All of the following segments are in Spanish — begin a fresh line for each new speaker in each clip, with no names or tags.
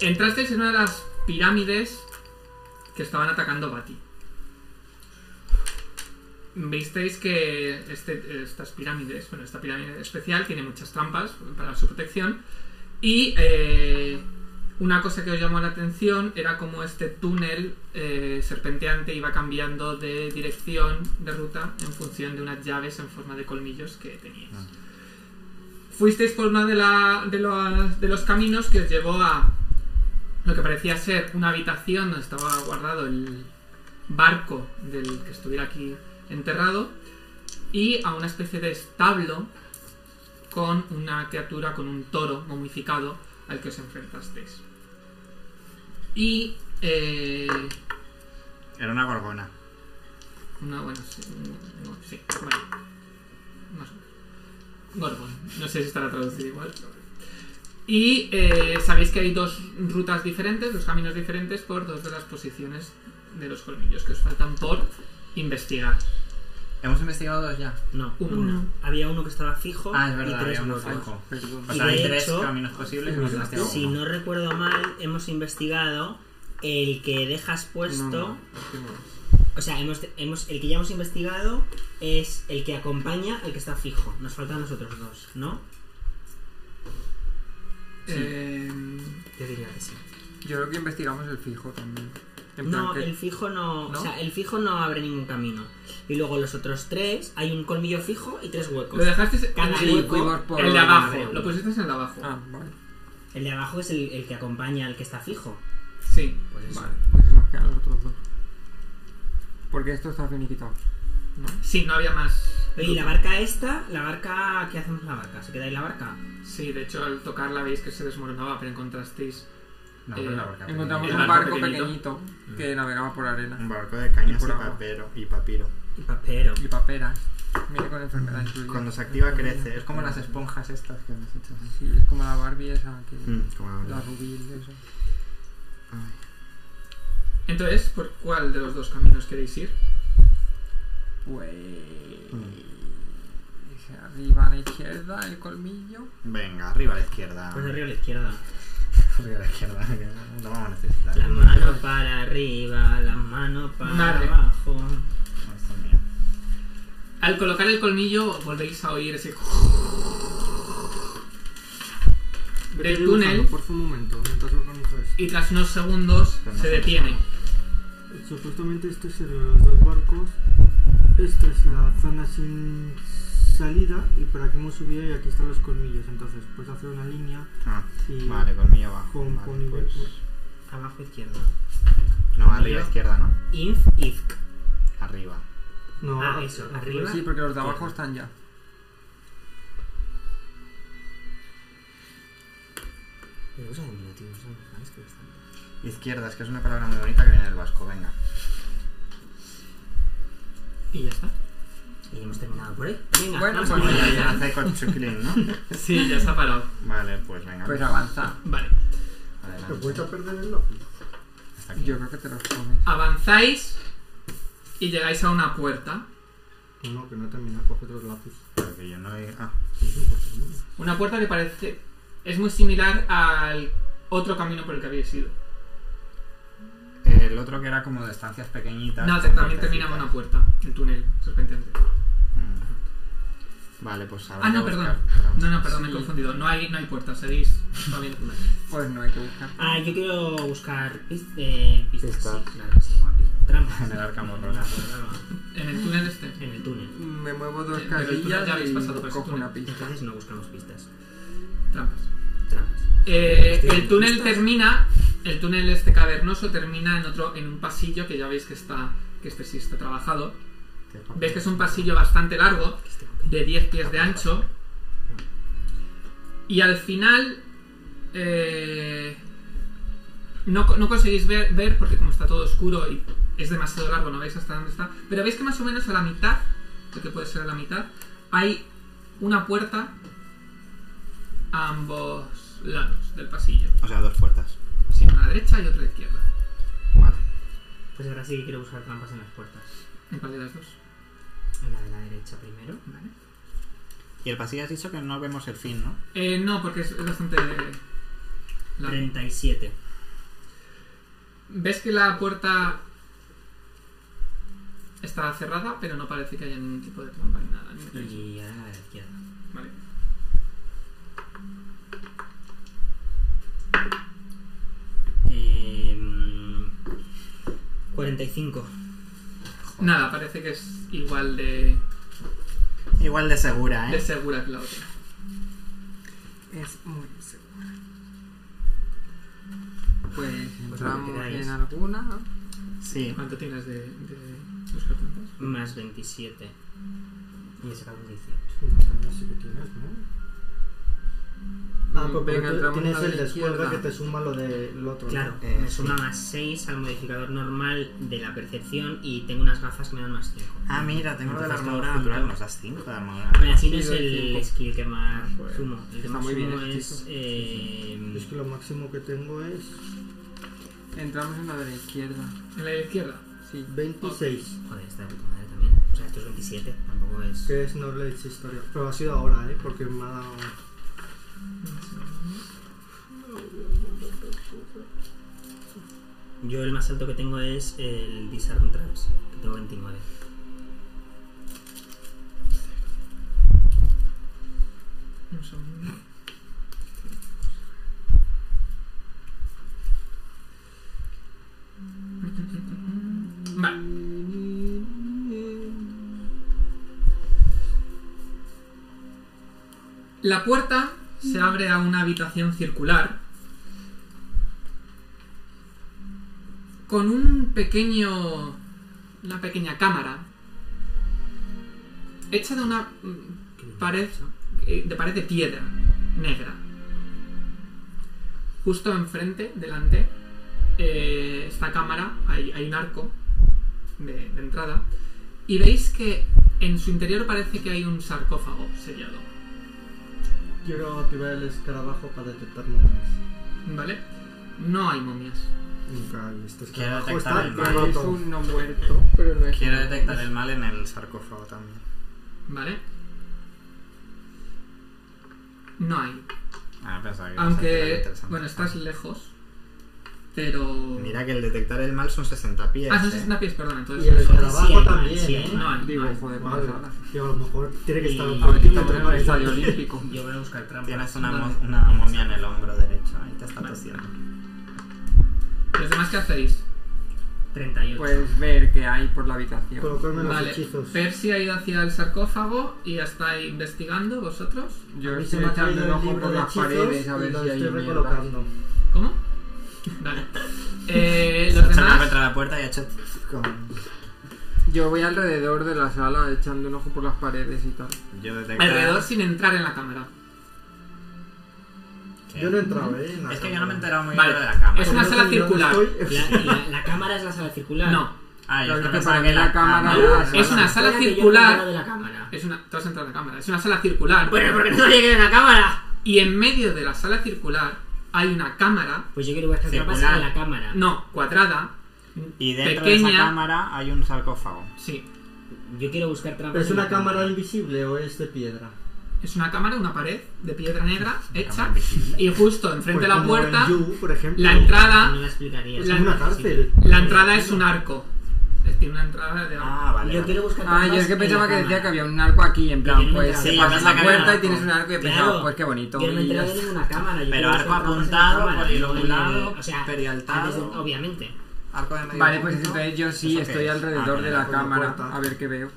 Entrasteis en una de las pirámides que estaban atacando Bati. Visteis que este- estas pirámides, bueno, esta pirámide especial tiene muchas trampas para su protección. Y eh, una cosa que os llamó la atención era como este túnel eh, serpenteante iba cambiando de dirección, de ruta, en función de unas llaves en forma de colmillos que teníais.
Ah.
Fuisteis por uno de, la- de los- de los caminos que os llevó a lo que parecía ser una habitación donde estaba guardado el barco del que estuviera aquí enterrado y a una especie de establo con una criatura, con un toro momificado al que os enfrentasteis. Y... Eh,
Era una gorgona.
no, bueno, sí, no, sí, bueno. Más o menos. Gorgon. pues, No sé si estará traducido igual. pero bueno. Y eh, sabéis que hay dos rutas diferentes, dos caminos diferentes por dos de las posiciones de los colmillos que os faltan por investigar.
Hemos investigado dos ya.
No,
Uno.
Había uno que estaba fijo
Ah, es verdad,
y tres
había uno
huecos.
fijo.
Perdón.
O
Y
sea,
de
hay tres
hecho,
caminos posibles y hemos investigado
Si
uno.
no recuerdo mal, hemos investigado el que dejas puesto.
No, no, es que no.
O sea, hemos, hemos- el que ya hemos investigado es el que acompaña al que está fijo. Nos faltan los otros dos, ¿no?
Eh,
Yo diría que sí.
Yo creo que investigamos el fijo también. En plan
No,
que-
el fijo no,
¿No?
O sea, el fijo no abre ningún camino. Y luego los otros tres, hay un colmillo fijo y tres huecos.
Lo dejaste
Cada
en el,
hueco,
fuimos por-
el de abajo.
por-
Lo pusiste en el de abajo.
Ah, vale.
El de abajo es el, el que acompaña al que está fijo.
Sí.
Pues eso.
Vale, pues nos quedan los otros dos. Porque esto está finiquitado.
Sí, no había más.
Oye, ¿y la barca esta, la barca, ¿qué hacemos con la barca? ¿Se queda ahí la barca?
Sí, de hecho al tocarla veis que se desmoronaba, pero encontrasteis.
No, pero
Eh,
la barca
Encontramos
pequeña.
El
un
barco
barco
pequeñito.
pequeñito, que navegaba por arena.
Mm. Un barco de cañas
Y
y,
por agua.
papero, y papiro.
Y papero.
Y paperas. Mire con enfermedad incluida.
Mm. Cuando se activa crece. Es como las esponjas estas que nos echas. así.
Sí, es como la Barbie esa que.
Mm, como-
La rubí esa.
Ay.
Entonces, ¿por cuál de los dos caminos queréis ir?
Pues.
Mm.
ese Arriba a la izquierda, el colmillo.
Venga, arriba a la izquierda.
Pues arriba a la izquierda.
Arriba a la izquierda. que Lo vamos a necesitar.
La mano para arriba, la mano para
Madre.
abajo.
Esto es mío.
Al colocar el colmillo volvéis a oír ese.
Vete
Del
dibujando,
túnel.
Por un momento, mientras organizo esto.
Y tras unos segundos
Pero no
se
sé.
detiene.
Supuestamente este estos eran los dos barcos. Esta es la zona sin salida y por aquí hemos subido y aquí están los colmillos. Entonces, pues hacer una línea
Ah,
y
vale, conmigo abajo.
Con-
Vale,
con-
pues-
Abajo izquierda.
No, arriba a la izquierda, ¿no?
Inf, ifk.
Arriba.
no,
Ah,
a-
eso, arriba.
Sí, porque los de abajo están ya.
Me gusta diminutivos, ¿no? Es que están-
Izquierda, es que es una palabra muy bonita que viene del vasco. Venga.
Y ya está.
Y hemos terminado por ahí. Venga,
Bueno,
vamos
pues
a
Ya,
ver.
ya, hace con chuclín, ¿no?
Sí, ya está parado.
Vale, pues venga.
Pues avanza.
Vale.
Adelante.
¿Te puedes perder el lápiz?
Hasta aquí.
Yo creo que te los comes.
Avanzáis y llegáis a una puerta.
No, no, que no he terminado, coge otros lápiz.
Pero que yo no he- ah,
Una puerta que parece. es muy similar al otro camino por el que habéis ido.
el otro que era como de estancias pequeñitas.
Eh, No, te-
con
también termina en una
puertecitas.
puerta, el túnel, serpenteante.
Mm. Vale, pues ahora.
Ah, no, perdón. No, no, perdón, me he
Sí.
confundido. No hay, no hay puertas, seguís. Está bien.
Pues no hay que buscar.
Ah, yo quiero buscar pis- eh, pistas.
Pistas.
Sí, claro, sí, guapi. Trampas.
En el arca morrona.
En el túnel este.
En el túnel.
Me muevo dos
Eh, pero tú
casillas
ya habéis
y
pasado por ese
cojo
túnel.
una pista.
Entonces no buscamos pistas.
Trampas.
Trampas.
Eh, el túnel termina. El túnel este cavernoso termina en otro, en un pasillo que ya veis que está. que este sí está trabajado. Veis que es un pasillo bastante largo,
Pues
de 10 pies de ancho. Y al final. eh, no, co- no conseguís ver, ver porque, como está todo oscuro y es demasiado largo, no veis hasta dónde está. Pero veis que más o menos a la mitad, lo que puede ser a la mitad, hay una puerta a ambos lados del pasillo.
O sea, dos puertas.
Sí, una a la derecha y otra a la izquierda.
Vale.
Pues ahora sí que quiero buscar trampas en las puertas.
¿En cuál de las dos?
En la de la derecha primero.
Vale.
Y el pasillo has dicho que no vemos el fin, ¿no?
Eh, no, porque es, es bastante. largo.
37.
¿Ves que la puerta está cerrada, pero no parece que haya ningún tipo de trampa ni nada? ni mecanismo?
Y ahora a la izquierda.
Vale.
Em, 45.
Nada, parece que es igual de,
Igual de segura,
de
¿eh?
segura que la otra.
Es muy segura. Pues
lo que
entramos
queráis.
en alguna.
¿eh? Sí.
¿Cuánto tienes de, de buscar trampas?
Más 27. Y he sacado un 18.
Sí, también sí que tienes, ¿no? Ah,
Mm,
pues
venga,
porque tú
entramos
tienes
la de
el
la
descuerda
izquierda.
que te suma lo del otro. ¿no?
Claro,
Eh,
me
sí.
suma más 6 al modificador normal de la percepción y tengo unas gafas que me dan más 5.
Ah, mira, tengo lo de la
Entonces,
armadura
cinco.
natural. Nos das 5 de armadura.
Bueno, así no es
Sí, doy
el
cinco.
skill que más
Ah,
pues,
joder.
sumo. El que
Está
más
muy bien
sumo
ese
es.
chico.
eh,
Es que lo máximo que tengo es
Entramos en la de la izquierda.
En la de la izquierda.
Sí.
26,
pues, Joder, está de puta madre también. O sea, esto es 27, tampoco es.
que es Knowledge Historia. Pero ha sido ahora, ¿eh? Porque me ha dado...
Yo el más alto que tengo es el Disarm Traps, que tengo 29.
Un segundo. Vale. La puerta se abre a una habitación circular con un pequeño una pequeña cámara hecha de una mm, pared eh, de pared de piedra negra. Justo enfrente, delante, eh, esta cámara, hay, hay un arco de, de entrada, y veis que en su interior parece que hay un sarcófago sellado,
Quiero activar el escarabajo para detectar momias.
¿vale? No hay momias.
Nunca hay este
Quiero detectar
escarabajo. Está
el mal.
Es
roto.
un no muerto, pero no es.
Quiero
muerto.
detectar el mal en el sarcófago también.
¿Vale? No hay.
Ah, pensaba que iba a ser algo
Aunque,
interesante.
bueno, estás lejos, pero...
Mira que el detectar el mal son 60 pies.
Ah, son
¿eh?
60 pies, perdón,
Y
entonces...
el
Entonces, sí
escarabajo
hay,
también,
sí
¿eh?
hay.
No hay,
Digo,
no hay.
joder,
Vale,
pasada.
y a lo mejor tiene que estar
Y-
otro
A ver,
centímetro
estamos en el
para estar
estadio olímpico.
Yo voy a buscar trampas.
Tienes una,
Vale.
mo- una momia en el hombro derecho. Ahí te está
Vale.
tosiendo.
¿Los demás qué hacéis?
38.
Pues,
Puedes ver qué hay por la habitación.
Colocarme los
Vale,
hechizos.
Percy ha ido hacia el sarcófago y ya está investigando vosotros.
A
Yo
mí se
estoy
me ha
echando
caído
un
el
ojo
libro
por
de
las
hechizos
paredes a
y
ver
lo
si hay
estoy
mierda.
recolocando.
¿Cómo? Vale. Eh,
Se ha
los
hecho
Ah,
una
demás.
contra la puerta y ha hecho con...
Yo voy alrededor de la sala echando un ojo por las paredes y tal.
Yo detecto...
Alrededor sin entrar en la cámara.
¿Qué?
Yo no he entrado, ¿eh? en la
Es que yo no
cámara.
me he enterado muy
Vale.
bien de la cámara.
Es una
Yo
sala
no sé dónde
circular.
La,
estoy.
la- la cámara es la sala circular.
No,
Ah, yo
Claro,
es que
que
pensaba
para
que
mí
la
la cámara
cámara...
era-
es una sala
Espérate, yo no he entrado
circular.
de la cámara.
Es una. Tú has entrado en la cámara. Es una sala circular.
Bueno, porque no llegué a la cámara.
Y en medio de la sala circular hay una cámara.
Pues yo quiero buscar trampas
Circular.
a la cámara.
No, cuadrada.
Y dentro de esa
pequeña.
cámara hay un sarcófago.
sí.
Yo quiero buscar
¿Pero
trampas.
¿Es
en
una
la
cámara invisible o es de piedra?
Es una cámara, una pared de piedra negra
Cámara
hecha.
invisible.
Y justo enfrente de la
Pues Como en
puerta,
You, por ejemplo.
la entrada.
No la explicarías.
Es
la-
una cárcel.
La entrada es un arco. Es- Tiene una entrada de arco.
Ah, vale.
Yo
vale.
quiero buscar
Ah,
trampas.
yo es que
en
pensaba
la
que decía
cámara.
que había un arco aquí, en
Que
plan,
tiene un
pues
arco.
se
Sí,
pasas
pasa que
la
hay un
puerta y
arco.
tienes un arco y pensaba,
Claro,
pues qué bonito.
Yo no me he
y ya
enterado de
está.
ninguna cámara.
Pero
yo quiero
arco
buscar trampas en la
apuntado,
cámara,
por el
no en el-
ondulado,
O sea,
perialtado.
antes de- obviamente.
Arco de medio
Vale, pues
punto.
entonces yo sí
¿Eso qué
estoy
es?
alrededor
Ah,
de
mira,
la
por la
cámara
puerta.
a ver qué veo.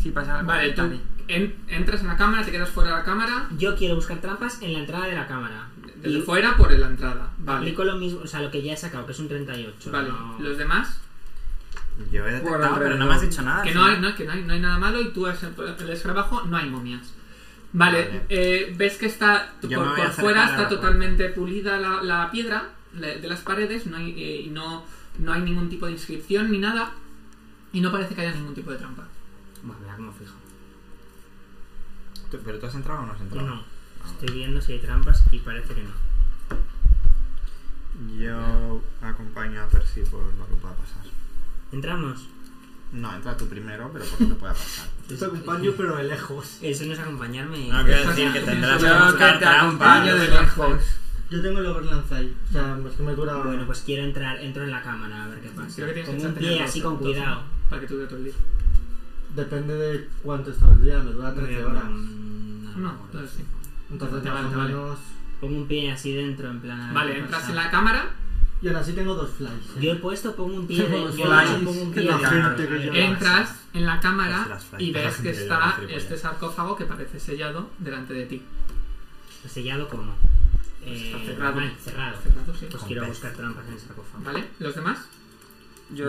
Si pasa algo.
Vale, tú
dale.
en- entras en la cámara, te quedas fuera de la cámara,
Yo quiero buscar trampas en la entrada de la cámara.
desde
Y
fuera por la entrada. Vale.
aplico lo mismo, o sea, lo que ya he sacado, que es un 38.
Vale,
no-
los demás,
Yo he detectado, pero no
alrededor.
me has dicho nada.
que
al
no hay,
final.
no, que no hay, no hay nada malo y tú has el escarabajo, no hay momias. Vale,
Vale.
eh, ves que está
Yo
por,
me voy a
por
acercar
fuera
a la
está
puerta.
totalmente pulida la, la piedra la- de las paredes, no hay, eh, y no, no hay ningún tipo de inscripción ni nada, y no parece que haya ningún tipo de trampa.
Bueno, mira cómo fijo.
Tú- ¿Pero tú has entrado o no has entrado?
No, estoy viendo si hay trampas y parece que no.
Yo acompaño a Percy por lo que pueda pasar.
¿Entramos?
No, entra tú primero, pero por lo que pueda pasar.
Yo te acompaño, pero de lejos.
Eso no es acompañarme.
No, quiero decir que
Yo
tendrás que
Yo que
buscar
te
trampas.
acompaño de lejos.
Yo tengo el overland ahí. O sea, es que me dura.
Bueno, pues quiero entrar, entro en la cámara a ver qué pasa.
Creo que tienes que
Con
echarte
un
en
pie
el
así
otro,
con
entonces,
cuidado.
Para que tú te olvides.
Depende de cuánto está el día, me dura 13 horas.
Mm,
No, entonces sí.
Entonces,
Te
más
vale,
o
te vale.
menos.
Pongo un pie así dentro, en plan. a ver
Vale,
qué
entras
pasa.
en la cámara.
Y aún así tengo dos flies. ¿eh?
Yo he puesto, pongo un pie
Qué
dentro.
bolos
Yo
voláis.
he hecho, pongo un
Qué
pie Eh,
la
dentro.
gente que lleva.
Entras en la
Pues
cámara
las fray-
y
la
ves
gente
que
de la
está
gilipollas.
este sarcófago que parece sellado delante de ti.
Sellado pues, como. Eh,
Pues está cerrado.
normal, cerrado.
Cerrado, sí.
Pues
Con
quiero
pez.
buscar trampas en el sarcófago.
¿Vale? ¿Los demás?
Yo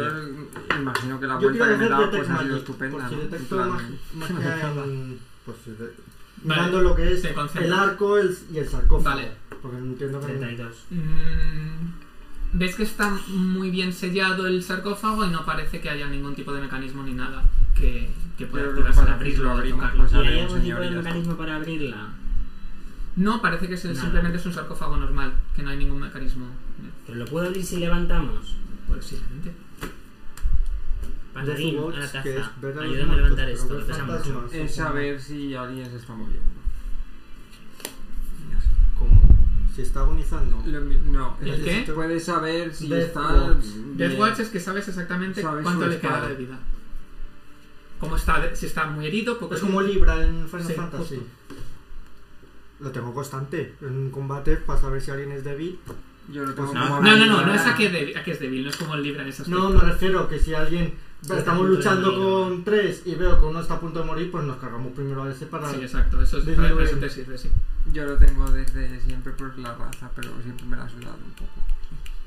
imagino que la
Yo quiero
vuelta que me
hacer
da
detect
pues ha sido
magic.
estupenda,
por si
¿no? En
detecto
plan,
magi- magia en. Pues si de-
Vale.
mirando lo que es
Se concentra.
el arco el- y el sarcófago.
Vale.
Porque entiendo que.
32.
Mm, ves que está muy bien sellado el sarcófago y no parece que haya ningún tipo de mecanismo ni nada que, que pueda
Pero
activarse
para
al abrirlo o
abrirlo,
tocarlo.
pues,
¿Y
a ver,
hay algún tipo de
señorías.
mecanismo para abrirla?
No, parece que es-
Nada.
simplemente es un sarcófago normal, que no hay ningún mecanismo.
¿Pero lo puedo abrir si levantamos?
Posiblemente.
Patadín,
Deathwatch,
a la
que
taza.
es ver a los
Ayúdame a levantar
muertos,
esto,
pero
que
ver
pesa
fantasmas,
mucho.
Es
o como-
saber si alguien se está moviendo.
como si está agonizando.
Lo mi- no,
¿El
es que
qué?
se puede saber si
Death
está.
Watch.
bien.
Deathwatch es que sabes exactamente
Sabes
cuánto
su
le queda
estado.
de vida. Cómo está, de- si está muy herido, poco
Es como Libra en Final
Sí,
Fantasy.
justo.
Lo tengo constante en combate para saber si alguien es débil.
Yo lo tengo
Pues nada.
como
No, no, no,
habilidad.
no es a que, débil- a que es débil, no es como el Libra en esas
No, me refiero que si alguien.
Está a
Estamos
punto de
luchando
morir.
con tres y veo que uno está a punto de morir, pues nos cargamos primero a ese para.
Sí, exacto, eso, es,
De
para,
nivel.
para eso te sirve, sí.
Yo lo tengo desde siempre por la raza, pero siempre me la ha sudado un poco.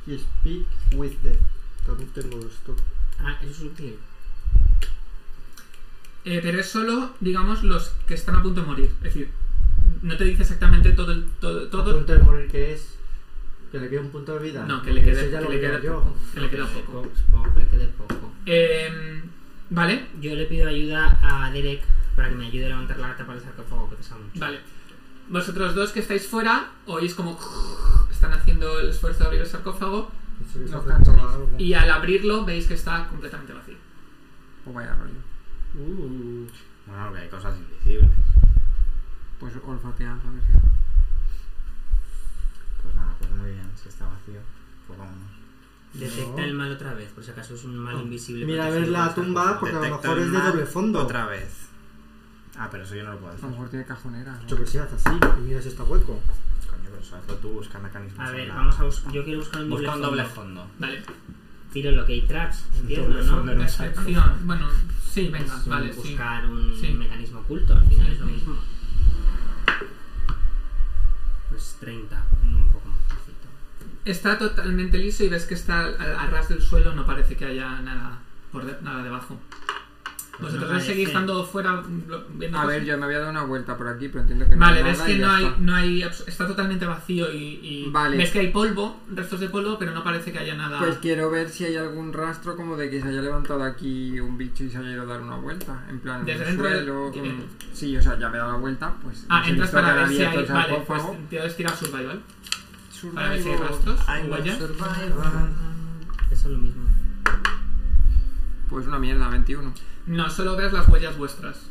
y speak.
With death. También tengo esto.
Ah, eso es útil.
Eh, pero es solo, digamos, los que están a punto de morir. Es decir, no te dice exactamente todo el, todo,
A
todo
punto de morir que es. Que le quede un punto de vida.
No, que le quede-
Ese ya
que
lo
le
veo
quede
yo.
poco. que le queda poco.
Supongo que le quede poco.
Eh, vale,
Yo le pido ayuda a Derek para que me ayude a levantar la tapa del sarcófago, que pesa mucho.
vale. Vosotros dos que estáis fuera, oís como están haciendo el esfuerzo de abrir el sarcófago
Eso que se
No,
hace
tanto.
tomar algo.
y al abrirlo veis que está completamente vacío.
O vaya rollo.
Uh,
Bueno, que hay cosas invisibles.
Pues olfateando a ver si.
Pues nada, pues muy bien. Si está vacío, pues vámonos.
Detecta
No.
el mal otra vez, por si acaso es un mal invisible.
Mira, a ver
protegido
la
por el
tumba,
sarcófago.
Porque a lo
Detecto
mejor
el
es de
mal
doble fondo.
Otra vez. Ah, pero eso yo no lo puedo
A lo
hacer.
mejor tiene cajonera. ¿no?
Yo que sé, haz así y miras este hueco.
Coño, pero eso hazlo tú, busca mecanismos.
A
en
ver,
la-
vamos a buscar. Yo quiero buscar un doble.
Busca un
fondo.
doble fondo.
Vale,
Tiro lo que hay traps, entiendo,
doble
¿no?
fondo en un saco.
percepción. Bueno, sí, venga,
Pues,
Es un
eh,
vale, sí.
buscar un
Sí.
mecanismo oculto, al final
Sí,
es lo
sí.
mismo. Pues 30, un poco más poquito.
Está totalmente liso y ves que está al- a, ras del suelo, no parece que haya nada, por de- nada debajo.
Pues
Vosotros
no
dos seguís
parece.
estando fuera mm, lo- viendo
A
cosas.
ver, yo me había dado una vuelta por aquí, pero entiendo que no
Vale,
hay
ves
nada
que
y
no
ya
hay,
está.
no hay. abs- Está totalmente vacío y. y
Vale.
Ves que hay polvo, restos de polvo, pero no parece que haya nada.
Pues quiero ver si hay algún rastro como de que se haya levantado aquí un bicho y se haya ido a dar una vuelta. En plan, en
Desde
el
dentro del-
suelo,
eh,
mm, Sí, o sea, ya me he dado la vuelta, pues. no
ah,
sé, he
entras
visto que
para ver
había
si hay.
abierto el
Vale, pues
sarcófago.
te has tirado survival. Para ver si hay rastros
Ay,
o huellas.
Eso es lo mismo.
Pues una mierda, 21.
No, solo ves las huellas vuestras.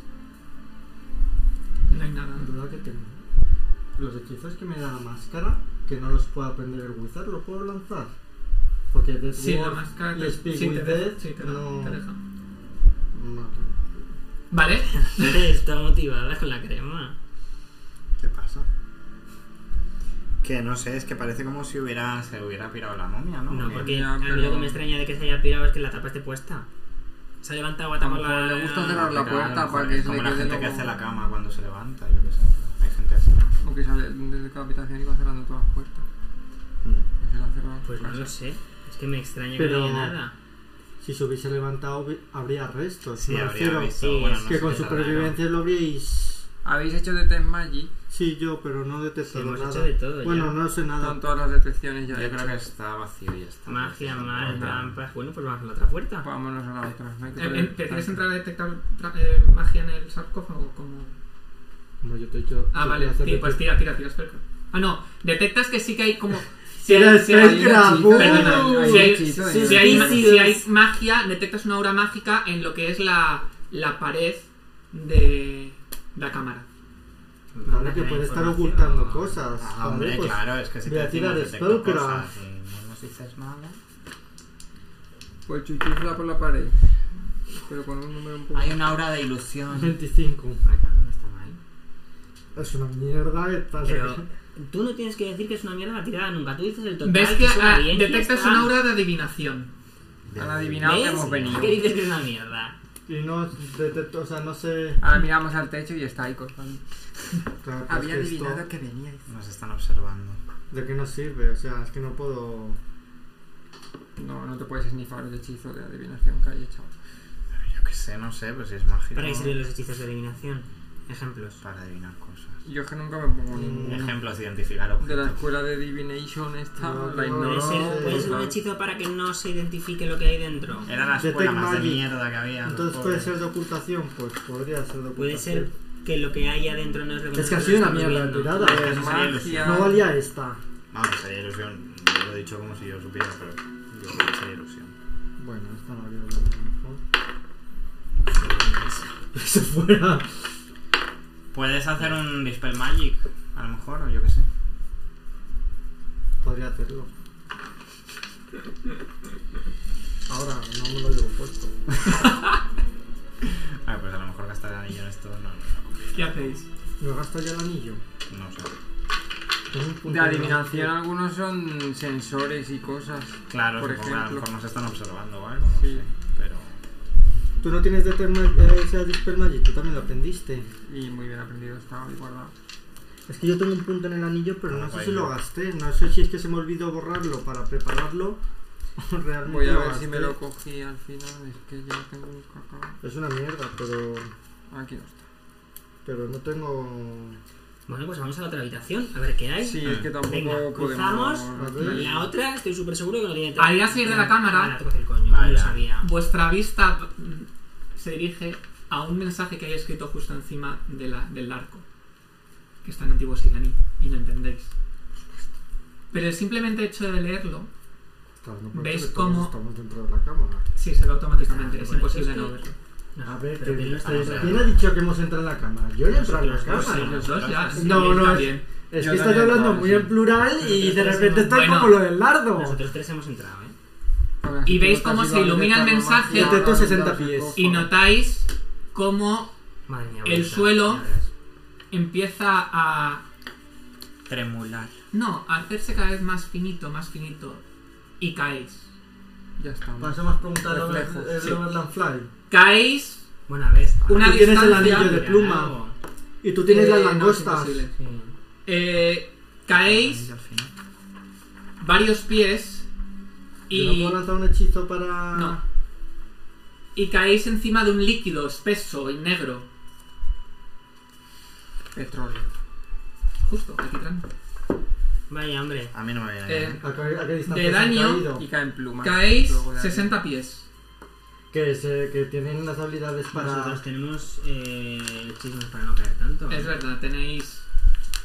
No hay nada.
La duda que tengo. Los hechizos que me da la máscara, que no los puedo aprender el wizard, ¿los puedo lanzar? Porque Death
Sí, la
Ward
máscara.
y
Te,
Speak
sí, te
with
deja,
Death,
sí, te deja,
no...
te deja.
no.
Vale,
Está motivada con la crema.
¿Qué pasa? Que no sé, es que parece como si hubiera se hubiera pirado la momia, ¿no?
No,
Porque-
porque
mira,
a mí lo
pero-
que me extraña de que se haya pirado es que la tapa esté puesta. Se ha levantado a
A lo
tapar la...
mejor le gusta
Claro,
cerrar la
claro,
puerta
joder,
para que se
Como
le
la
quede
gente que
luego-
hace la cama cuando se levanta, yo qué sé. Hay gente así.
O que sale desde cada habitación y va cerrando todas las puertas. Se la ha cerrado.
Pues no lo sé. Es que me extraña que
Pero-
no haya nada.
si se hubiese levantado vi- habría restos.
Sí,
me
habría
refiero
visto.
sí,
bueno,
es
no
que
sé
con
qué tardará.
supervivencia lo habríais...
¿Habéis hecho de Test Magic?
Sí, yo, pero no
Sí,
detectado
hemos
nada.
hecho de todo
bueno,
ya.
no sé nada.
Son todas las detecciones ya.
Yo creo que
hechas.
está vacío y ya está.
Magia,
Pues
mal,
Bueno,
trampas... Bueno, pues vamos a la otra puerta.
Vámonos a la otra. no hay que
eh,
perder
eh, ¿te quieres
tanto.
entrar a detectar tra- eh, magia en el sarcófago? Como...
Como yo te he dicho,
Ah,
yo
vale,
voy a hacer
ti- pues
de-
tira, tira, tira, espera. Ah, no, detectas que sí que hay como. Si
Era
hay, si hay-
espera,
Hay un hechizo,
Perdona,
hay un
si hay,
hechizo de-
si
sí,
hay ma-
sí,
si hay magia, detectas una aura mágica en lo que es pues la, la pared de la cámara.
Vale, que
la
puede estar
información.
ocultando cosas.
Ah, hombre,
pues,
claro, es que si
voy
te
a tirar
decimos detecta
spellcraft.
cosas y no nos dices nada.
Pues chuchufla por la pared. Pero con un número un poco.
Hay una aura de ilusión.
25.
Ay, no, no está mal.
Es una mierda esta. o sea
Pero
que-
tú no tienes que decir que es una mierda la tirada nunca. Tú dices el total.
Ves que
es una
ah,
bien, ya
detectas
está.
una aura de adivinación.
Han adivinado que
¿Ves?
hemos venido.
¿Qué dices que es una mierda?
Y no detecto, o sea, no sé.
Ahora miramos al techo y está ahí cortando.
Claro, pues
Había
que esto-
adivinado que veníais.
Nos están observando.
¿De qué nos sirve? O sea, es que no puedo.
No, no te puedes esnifar el hechizo de adivinación que hay echado.
Yo qué sé, no sé, pues si es mágico.
¿Para qué sirven los hechizos de eliminación? Ejemplos.
Para adivinar cosas.
Yo es que nunca me pongo
Mm.
ninguno.
Ejemplos de identificar
De la
objetos.
escuela de Divination esta,
No,
la
no,
ignoro.
Puede ser, puede ser un
total.
hechizo para que no se identifique lo que hay dentro.
Era la escuela
Detect
más de
Magic.
mierda que había. los
Entonces puede
pobres.
ser de ocultación, pues podría ser de ocultación.
Puede ser que lo que hay adentro no es lo que
Es que ha
nosotros
sido una
estamos
mierda de
viendo.
tirada.
Es que eso sería
Magia.
ilusión.
No valía esta.
Vamos, sería ilusión. Yo lo he dicho como si yo supiera, pero yo creo que sería ilusión.
Bueno, esta no valía a lo mejor.
Se fuera.
Puedes hacer un Dispel Magic, a lo mejor, o yo qué sé.
Podría hacerlo. Ahora, no me lo llevo puesto.
Ah, pues a lo mejor gastar el anillo en esto no, no, no,
¿Qué hacéis?
¿No gasto ya el anillo?
no sé.
Tengo un punto
De adivinación algunos son sensores y cosas.
Claro,
Por
supongo que a lo
ejemplo.
mejor nos están observando o algo, no
Sí.
sé. Pero
Tú no tienes de eh, ese Dispel Magic, tú también lo aprendiste.
Y muy bien aprendido estaba y guardado.
Es que yo tengo un punto en el anillo, pero
Ah,
no sé
guay,
si lo
yo.
gasté. No sé si es que se me olvidó borrarlo para prepararlo. o Realmente
Voy a
lo
ver si
gasté.
me lo cogí al final. Es que ya tengo un cacao.
Es una mierda, pero,
Aquí no está.
pero no tengo...
Bueno, pues vamos a la otra habitación, a ver qué hay.
Sí, es que tampoco
¿Eh? Venga,
podemos.
cruzamos.
La otra, estoy súper seguro que no tiene
Al ir a salir de la cámara-
Ah, toca el coño,
Vaya.
no lo sabía.
Vuestra vista mm, se dirige a un mensaje que hay escrito justo encima de la- del arco, que está en antiguo siraní, y no entendéis. Pero el simplemente hecho de leerlo,
Claro, no puedo
¿Ves
porque todos
cómo-
Estamos dentro de la cámara.
sí, se ve
Ah,
automáticamente, es
Bueno,
imposible
es que-
no verlo.
No,
A ver,
pero que
¿quién,
no está dentro de la
¿quién ha
cámara.
dicho que hemos entrado en la cámara? Yo no he entrado en la
Nosotros,
cámara.
Los dos ya.
Ah, No,
Miguel
no, es-
también.
Es
Yo
que estás
también he
hablando
entrado,
muy
sí.
en plural y de
Nosotros
repente
hemos-
estás
Bueno.
como lo del lardo.
Nosotros tres hemos entrado, ¿eh?
Y veis cómo se ilumina el mensaje.
Este
Detecto 60 pies.
Y notáis cómo
Madre mía,
El
bonita.
suelo-
Ya verás.
empieza a
tremular.
No, a hacerse cada vez más finito, más finito. Y caéis.
Ya está.
Pasamos preguntando a
Reflejo,
el
sí.
Overland Fly.
Caéis
Bueno, a ver.
una
Tú tienes el
distancia.
anillo de
Mira,
pluma.
algo.
Y tú tienes
Eh,
las
no, es
langostas.
imposible.
Sí.
Eh, caéis
Anillo al final.
varios pies
Yo no
y.
puedo lanzar un hechizo para.
No. Y caéis encima de un líquido espeso y negro.
Petróleo.
Justo, alquitrán.
Vaya, hombre.
A mí no me viene
Eh,
bien.
¿A qué, a qué distancia
De
se han
daño.
caído?
Y caen plumas.
Caéis
Luego de ahí.
60 pies.
Que, se, que tienen las habilidades para
Nosotros tenemos eh, chismes para no caer tanto. ¿eh?
Es verdad, tenéis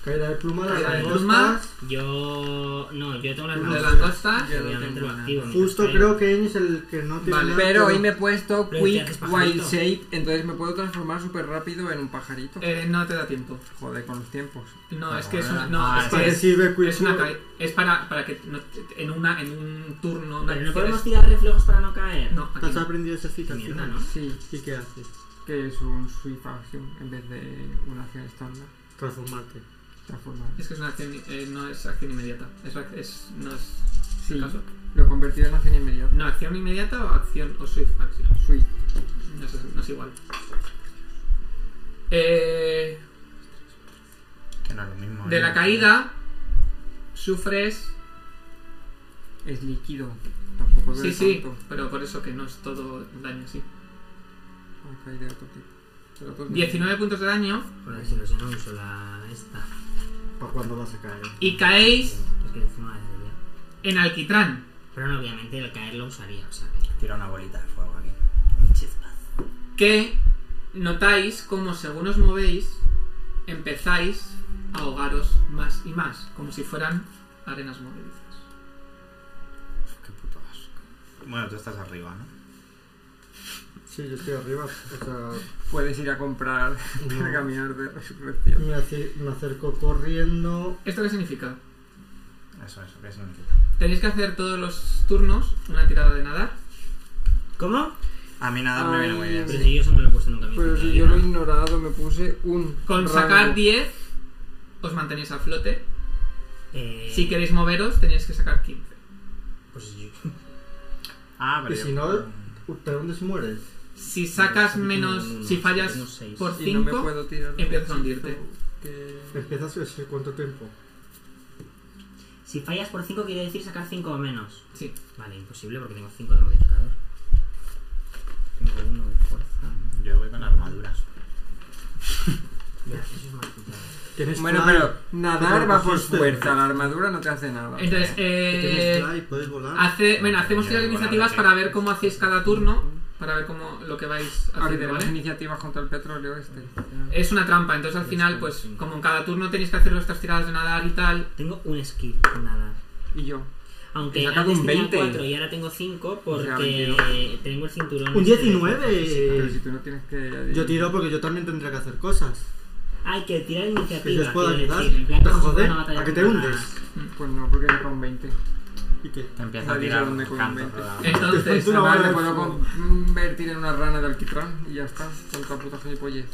caída de pluma, las
Caída de
langostas.
Yo. No, yo tengo las
de
manos.
langosta.
Yo no
Obviamente
tengo
lo
nada.
activo. mientras
Justo
caigo.
creo que él es el que no tiene.
Vale,
nada,
Pero hoy
pero-
me he puesto
Pero te
Quick
haces
Wild
pajarito.
Shape, entonces me puedo transformar super rápido en un pajarito.
Eh, no te da tiempo.
Joder, con los tiempos.
No,
Ah,
es que es una.
bueno.
No,
Ah,
es
es
que
que pues
es,
sirve Quick
es una
Draw.
ca- es para, para que no- en una en un turno una
Pero no
acción
podemos
es-
tirar reflejos para no caer.
No, aquí
Has
no.
aprendido ese fit al
Mierda,
final.
¿no?
Sí,
¿Y qué haces?
que es un Swift Action en vez de una acción estándar.
Transformarte.
Transformar.
Es que es una acción, eh, no es acción inmediata. Es, ac- es- no es
Sí,
el caso.
lo he convertido en acción inmediata.
No, acción inmediata o acción o swift action.
Swift.
No es, no es igual. Eh,
Que no es lo mismo.
de
¿eh?
la caída sufres.
Es líquido. Tampoco
Sí,
duele
sí,
tanto.
pero por eso que no es todo daño así.
Ah, caí de otro tipo. Pero otro tipo.
19 puntos de daño
Porque si no, si no uso la. Esta.
¿Para cuándo vas a caer?
y caéis
Es que encima la debería.
en alquitrán.
Pero no, obviamente el caer lo usaría, o sea que.
Tira una bolita de fuego aquí. Un chispa.
que notáis como según os movéis empezáis a ahogaros más y más, como si fueran arenas movedizas.
Qué puto asco. Bueno, tú estás arriba, ¿no?
Sí, yo estoy arriba. O sea,
Puedes ir a comprar pergaminos de resurrección.
me, ace- me acerco corriendo.
¿Esto qué significa?
Eso, eso, que es un
Tenéis que hacer todos los turnos una tirada de nadar.
¿Cómo?
A mí nada me viene muy bien.
Pero si yo eso no lo he puesto nunca. en mi
Pero
puta
si
vida. ¿eh?
yo lo he ignorado, me puse un.
Con
rango.
sacar 10 os mantenéis a flote.
Eh,
Si queréis moveros tenéis que sacar 15.
Pues yo-
Ah, pero
Y
yo-
si no- ¿Te dónde se mueres?
Si sacas menos, si fallas
Unos seis.
por
Y no me
5,
puedo tirar.
empiezas a hundirte.
Que...
¿Empiezas a hacer cuánto tiempo?
Si fallas por 5 quiere decir sacar 5 o menos.
Sí.
Vale, imposible porque tengo 5 de modificador. Tengo 1 de fuerza.
Yo voy con armaduras.
Ya, eso es más putada.
Tienes
Bueno,
fly,
pero nadar
Pero
va por
pusiste-
fuerza, la armadura no te hace nada.
Entonces,
que tienes
eh,
fly, puedes volar.
hace, bueno, hacemos
Ya,
tiras de
bueno,
iniciativas
sí.
para ver cómo hacéis cada turno, para ver cómo lo que vais
Ah, que
haciendo,
tenemos
¿vale?
iniciativas contra el petróleo este.
Es una trampa, entonces al final, pues como en cada turno tenéis que hacer vuestras tiradas de nadar y tal,
Tengo un skill de nadar.
Y yo. He
Aunque
sacado
antes
un
tenía
20.
4 y ahora tengo 5 porque
O sea, 22.
tengo el cinturón.
Un
este de
19.
fuerza física.
Pero si tú no tienes que.
Yo tiro porque yo también tendré que hacer cosas.
Hay que tirar
Que yo
iniciativa.
os puedo
quiero
ayudar.
decir, en plan,
Te
como si fuera
joder,
una batalla
a que te
contra-
hundes.
Pues no, porque saca un 20.
¿Y qué?
Te empieza a
Nadie
tirar Eh,
sabe dónde
canto,
convence.
pero-
Entonces,
Tú no
Además,
vas
me
a
puedo
ver.
convertir en una rana de alquitrán y ya está. Tanta puta gilipollez.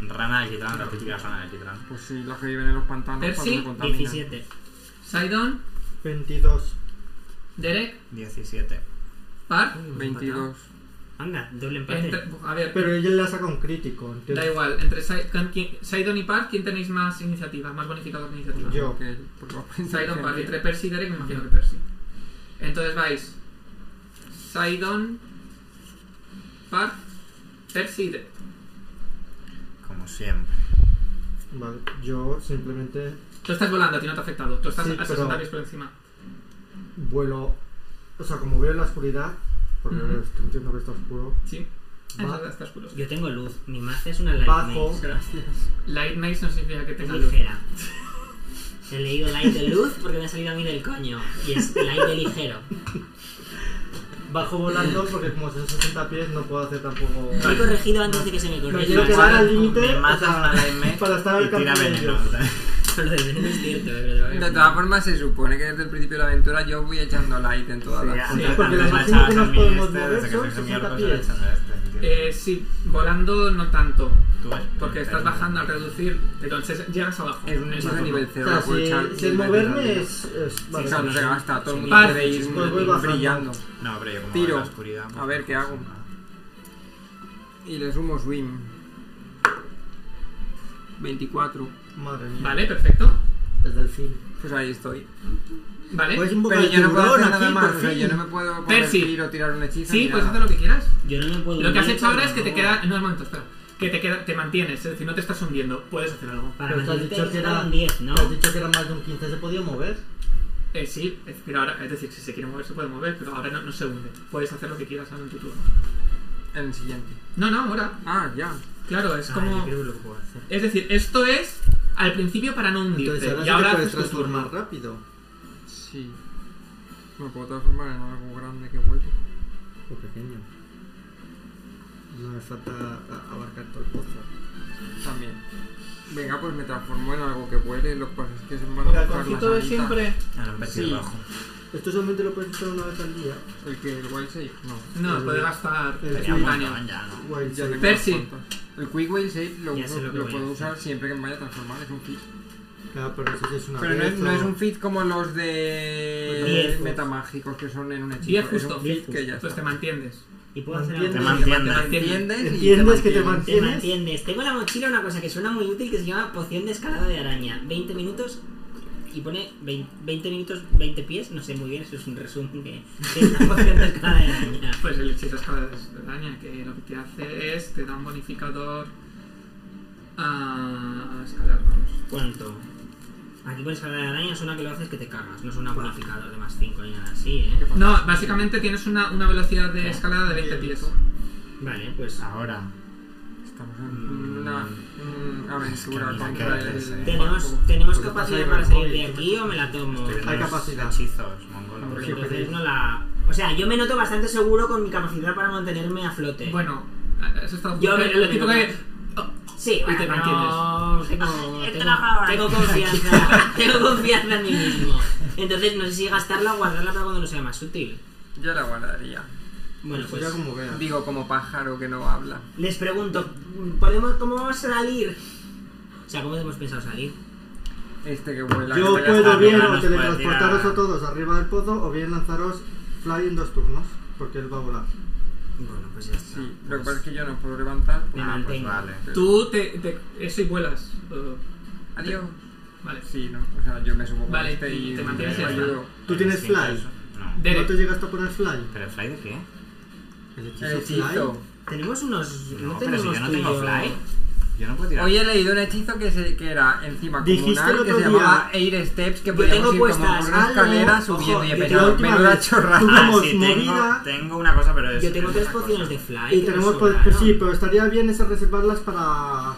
Rana de quitrán, la típica rana de quitrán.
Pues sí, las que viven en los pantanos
Percy,
cuando se contaminan.
17.
Sidon,
22.
Derek,
17.
Par,
Uy,
22.
Anda, doble empate.
entre- a ver,
Pero ella le ha sacado un crítico,
da
¿entiendes?
igual, entre Sai- con quién- Sidon y Par, ¿quién tenéis más iniciativa, más bonificador de iniciativa?
Yo.
Porque, porque vas a pensar
Sidon,
que-
Par, entre Percy y Derek, me imagino que Percy. Entonces vais, Sidon, Par, Percy y Derek.
Como siempre.
Vale, yo simplemente
Tú estás volando, a ti no te ha afectado, tú estás
Sí,
a
pero-
60 pies por encima.
vuelo. O sea, como veo en la oscuridad, porque
Ujú.
estoy entiendo que está oscuro,
Sí,
Va-
Eso está oscuro.
Yo tengo luz. Mi maza es una light
bajo.
maze.
Gracias.
Light Maze no significa que
Es
tenga luz.
ligera. He leído light de luz porque me ha salido a mí del coño. Y es light de ligero.
Bajo volando porque como son 60 pies no puedo hacer tampoco.
Me he corregido antes de que se me
Me
corrija.
quiero quedar al
Me
límite o
matas
sea,
una Lightmare
para estar al
y tira
campo de
veneno.
ellos.
Lo del veneno es cierto, eh, pero te
De
voy a-
todas formas, se supone que desde el principio de la aventura yo voy echando light en todas las
Sí,
cosas.
porque lo máximo que nos podemos
este,
mover son 60 pies.
Eh, sí, volando no tanto,
Tú ves, Este,
porque estás bajando al reducir, entonces llegas abajo.
Es un hechizo
Exacto.
de nivel
O
0.
sea,
lo puedo echar
si, si el
mil veces al
moverme
día.
es. es-
O
vale,
sea, no se gasta, todo el mundo
Par.
puede ir
Pues voy bajando.
brillando.
No, pero yo como
Tiro.
veo la oscuridad, pues
A ver,
no
¿qué
pasa
hago?
nada.
Y le sumo swim. 24.
Madre mía.
Vale, perfecto.
El delfín.
Pues ahí estoy.
Vale.
Pues un poco
Pero
de
yo no puedo
tiburón
hacer nada
aquí,
más.
por
o sea,
fin.
yo no me puedo
Percy.
convertir o tirar un hechizo.
sí,
ni
puedes
nada.
hacer lo que quieras.
Yo no me puedo
Lo que has
hundir,
hecho ahora es que te
no.
queda. No, un momento, espera. Que te, queda, te mantienes, es decir, no te estás hundiendo, puedes hacer algo.
Para
Pero te has
mantenerte
dicho que
quedado
era-
en 10, ¿no?
Te has dicho que era más de un 15, se podía mover.
Eh, sí, es, pero ahora, es decir, si se quiere mover, se puede mover, pero ahora no, no se hunde. Puedes hacer lo que quieras ahora en tu turno.
En el siguiente.
No, no, ahora.
Ah, ya.
Claro, es
Ah,
como.
yo creo que lo que puedo hacer.
Es decir, esto es al principio para no hundirte.
Entonces ahora
y
sí
ahora
que
haces
puedes
tu turno.
transformar rápido.
Sí. Me puedo transformar en algo grande que vuelve.
O pequeño. No me falta a- abarcar todo el pozo.
También. Venga, pues me transformo en algo que vuele. Lo que pasa es que se me van a
El
buscar
halconcito de
las alitas.
siempre.
Ahora un
Sí.
vestido rojo.
Esto solamente lo puedes usar una vez al día.
¿El que? ¿El Wild Shape? No.
No, puede gastar
El
el
Tenía un
daño.
montón ya, ¿no?
Guay,
Ya
sí.
tengo
Percy.
unos cuantos. El Quick Wild Shape lo,
Ya
uso-
sé lo que
lo
voy a
puedo
hacer.
usar siempre que me vaya a transformar. Es un fit.
Claro, pero no sé si es una
Pero no es,
vez
no
o-
es un fit como los de
Diez.
metamágicos que son en un hechizo.
Diez
es
justo.
un fit
Diez
que ya
Pues te
está.
mantienes.
Y puedo hacer
Entiendo.
Te
algo.
mantienes.
Entiendes, y
Entiendes que te
mantienes.
Te
mantienes.
mantienes. Tengo en la mochila una cosa que suena muy útil que se llama poción de escalada de araña. 20 minutos y pone 20, 20 minutos, 20 pies. No sé muy bien, eso es un resumen que que es una poción de escalada de araña.
Pues el hechizo escala de daño, que lo que te hace es te da un bonificador a, a escalar, vamos.
¿Cuánto? Aquí con escalada de araña suena que lo haces que te cagas. No suena bonificador de más 5 ni nada así, ¿eh?
No, básicamente tienes una, una velocidad de escalada de 20 pies.
Vale, pues.
Ahora.
Estamos en una, una aventura
Es que mira,
contra
que
el...
es, eh.
¿Tenemos, ¿tenemos
porque pasa
capacidad
ahí con
para
el
salir
móvil,
de aquí o me la tomo?
Estoy viendo
Hay
los
capacidad.
Hechizos, mongolos.
eh.
Porque entonces no la. O sea, yo me noto bastante seguro con mi capacidad para mantenerme a flote.
Bueno, Has estado
Yo me-
el, el tipo
me-
que.
Sí, bueno,
te
pero
mantienes.
tengo,
He
tengo,
trabajado
tengo confianza. tengo confianza en mí mismo. Entonces no sé si gastarla o guardarla para cuando no sea más útil.
Yo la guardaría.
Bueno, pues.
ya como veas.
Digo, como pájaro que no habla.
Les pregunto, ¿podemos, ¿cómo vamos a salir? O sea, ¿cómo hemos pensado salir?
Este que vuela.
Yo
que está
puedo
gastando
bien
ganas
o
para
teletransportaros
tirar.
a todos arriba del pozo o bien lanzaros Fly en dos turnos, porque él va a volar.
Bueno, pues ya está.
Sí, lo que pasa es que yo no puedo levantar.
Me
pues-
Ah, pues
mantengo.
vale.
Tú te, te- Eso y vuelas. o-
Adiós.
Vale.
Sí, no. O sea, yo me subo con
Vale,
este y
te mantienes
y
en
ayudo.
¿Tú tienes
¿Pero
fly?
distinto eso? No.
Derek.
¿No te llegas a poner Fly?
¿Pero fly de qué?
El hechizo,
El hechizo.
Pues, Tenemos unos. No,
No, pero
tenemos
si yo no
tú y
tengo
yo-
fly. Yo no puedo tirar.
Hoy he leído un hechizo que, se, que era encima
Dijiste el
comunal que
otro
se
día-
llamaba Air Steps que
Yo
podíamos
tengo
ir como
puestas
por una
algo-
escalera
ojo,
subiendo y he
yo
la
pensado,
última
menuda
vez-
chorrada.
Ah,
Ah,
Tuvimos
sí, tengo,
movida.
tengo una cosa, pero es.
Yo tengo
es
tres
otra cosa.
pociones de fly.
Y
que
tenemos
nos
poder-
sobraron.
sí, pero estaría bien es reservarlas para,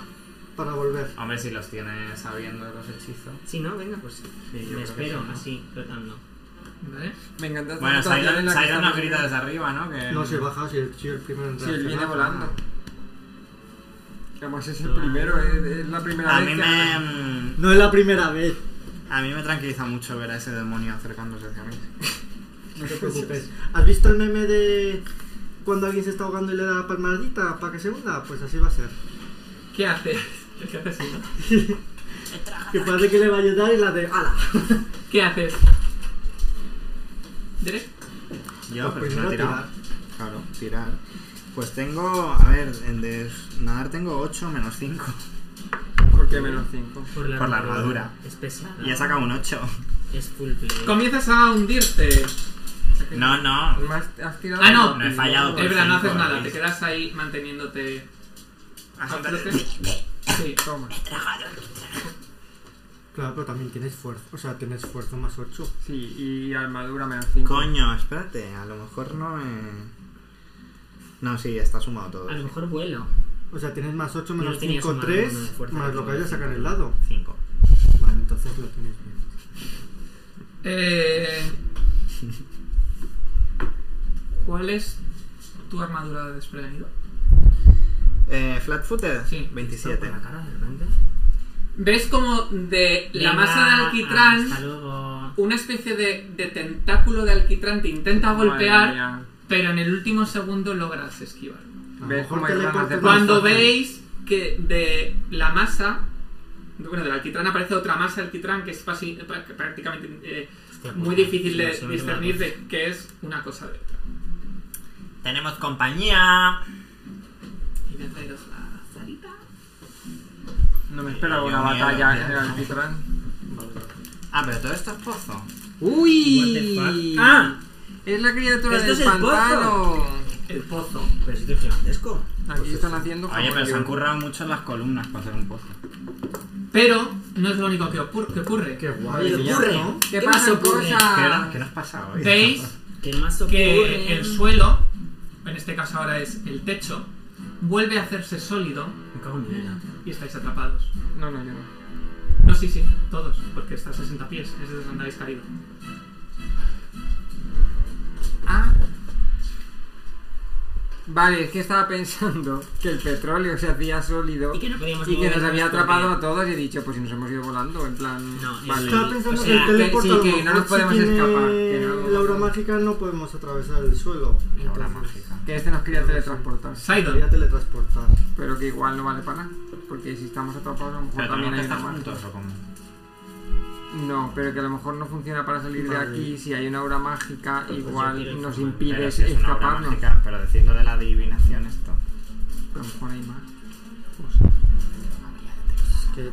para volver.
Hombre, si los tienes sabiendo los hechizos.
Sí, ¿no? Venga, pues
Sí, yo
me
creo
espero,
que sí, ¿no?
así, flotando.
Vale.
Me encanta esta
Bueno,
situación en
Saira
la que
Saira
estamos
nos grita
viviendo.
desde arriba, ¿no? Que
No se baja si el, si el primero en
Sí, él viene
reaccionar.
volando. Además es el primero, es, es la primera
A
vez
mí
que-
me.
No es la primera vez.
A mí me tranquiliza mucho ver a ese demonio acercándose hacia mí.
No te preocupes. ¿Has visto el meme de cuando alguien se está ahogando y le da la palmadita para que se hunda? Pues así va a ser.
¿Qué haces? ¿Qué haces, Ina?
Que parece que le va a ayudar y la de ala.
¿Qué haces? ¿Derek?
Yo, pero
Pues
si no he
primero
tirado. Claro, tirar. Pues tengo. A ver, en de nadar tengo 8 menos 5.
¿Por qué menos 5?
Por la,
Por la armadura.
Es pesada.
Y he sacado un 8.
Es full play.
Comienzas a hundirte.
No, no.
Más, has tirado
Ah, no.
más
No he
rápido.
fallado.
Es verdad, no haces
Cinco,
nada,
¿veis?
te quedas ahí manteniéndote a flote. Sí,
pues.
Toma.
Claro, pero también tienes fuerza. O sea, tienes fuerza más 8.
Sí, y armadura menos 5.
Coño, espérate, a lo mejor no me. No, sí, ya está sumado todo.
A lo mejor vuelo.
O sea, tienes más 8
No
menos
tenías
5,
un más uno de
3.
fuerza,
Más
que
lo que
tenía
hayas sacado en el
cinco.
lado.
5.
Vale, entonces lo tienes bien.
Eh, ¿Cuál es tu armadura de desprevenido?
Eh, Flatfooted,
Sí.
27.
Por la cara, de repente.
¿Ves como de la
Venga,
masa de
Hasta
alquitrán,
luego.
una especie de, de tentáculo de alquitrán te intenta
Madre
golpear,
mía.
pero en el último segundo logras esquivar?
A lo
¿Ves
mejor
cómo hay
teleporte
ganas de
más
Cuando
Pues fácil.
veis que de la masa, bueno, del alquitrán aparece otra masa de alquitrán que es fácil- que prácticamente eh,
Hostia,
muy
pues,
difícil
sí,
de
se me
discernir
va.
de qué es una cosa de otra.
Tenemos compañía.
Y me han traído la zarita.
No me esperaba
Yo
una
miedo,
batalla
miedo.
en el alquitrán.
Ah, pero todo esto es pozo.
What the
¡Uy!
fuck? ¡Ah!
Es la criatura
Esto
del
es el
pantano.
El pozo.
Pero si es gigantesco.
Aquí están haciendo
Pues Oye, pero se han
jabón.
currado mucho las columnas para hacer un pozo.
Pero no es lo único que, ocur- que ocurre.
Qué
Oye,
guay.
¿Qué ocurre?
¿Qué,
más
pasa,
ocurre?
¿Qué,
cosa?
era- qué nos pasa hoy?
Veis
¿Qué más ocurre?
que el Mm. suelo, en este caso ahora es el techo, vuelve a hacerse sólido
Me cago en mi vida.
y estáis atrapados.
No, no, yo no.
No, sí, sí, todos, porque está a 60 pies, es desde donde habéis caído.
Ah. Vale, es que estaba pensando que el petróleo se hacía sólido
Y que no podíamos
y que nos
movernos
había
porque-
atrapado a todos y he dicho, pues si nos hemos ido volando, en plan...
No, es-
vale.
Estaba pensando
O
que
sea,
el teleporte
que-
a lo
sí, que no nos
mejor
podemos
si tiene
escapar, que no-
La aura mágica no podemos atravesar el suelo.
La hora
Entonces,
mágica.
Que este nos quería teletransportar,
quería
Sidon,
teletransportar.
pero que igual no vale para nada. Porque si estamos atrapados a lo mejor
Pero
también
tenemos que
hay una
estar
magia.
juntos o cómo.
No, pero que a lo mejor no funciona para salir
Vale.
de aquí. Si hay una aura mágica,
Pues yo quiero
igual nos
informar.
Pero
impide
si es una hora
escaparnos.
mágica, pero decir lo de la adivinación esto.
A lo mejor hay más.
Es que.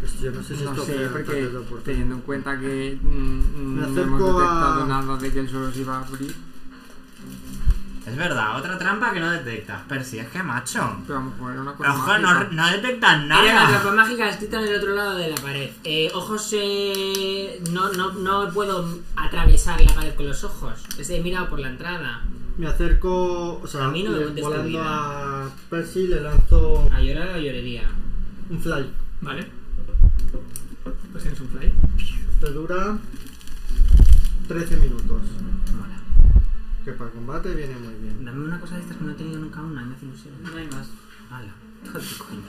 Pues yo no sé si
No
esto
sé,
crea
porque
ataques de oportunidad.
teniendo en cuenta que mm,
Me
mm, no
acerco
hemos detectado
a-
nada de que el suelo se iba a abrir,
Es verdad, otra trampa que no detectas. Pero si es que macho.
pero a lo mejor era una cosa
Ojo, no,
mágica.
no detectas
Era la
nada.
trampa mágica escrita en el otro lado de la pared. Eh, ojos, eh, no, no, no puedo atravesar la pared con los ojos. Les he mirado por la entrada.
Me acerco, o sea,
A mí no me
le-
cuentes tu
volando
vida.
a Percy le lanzo
A llorar a llorería.
un fly.
¿vale? Pues tienes un fly.
Te dura 13 Este minutos.
Mola.
Que que para combate viene muy bien.
Dame una cosa de estas que no he tenido nunca una, me hace ilusión.
No hay más.
Hala, hijo de coño.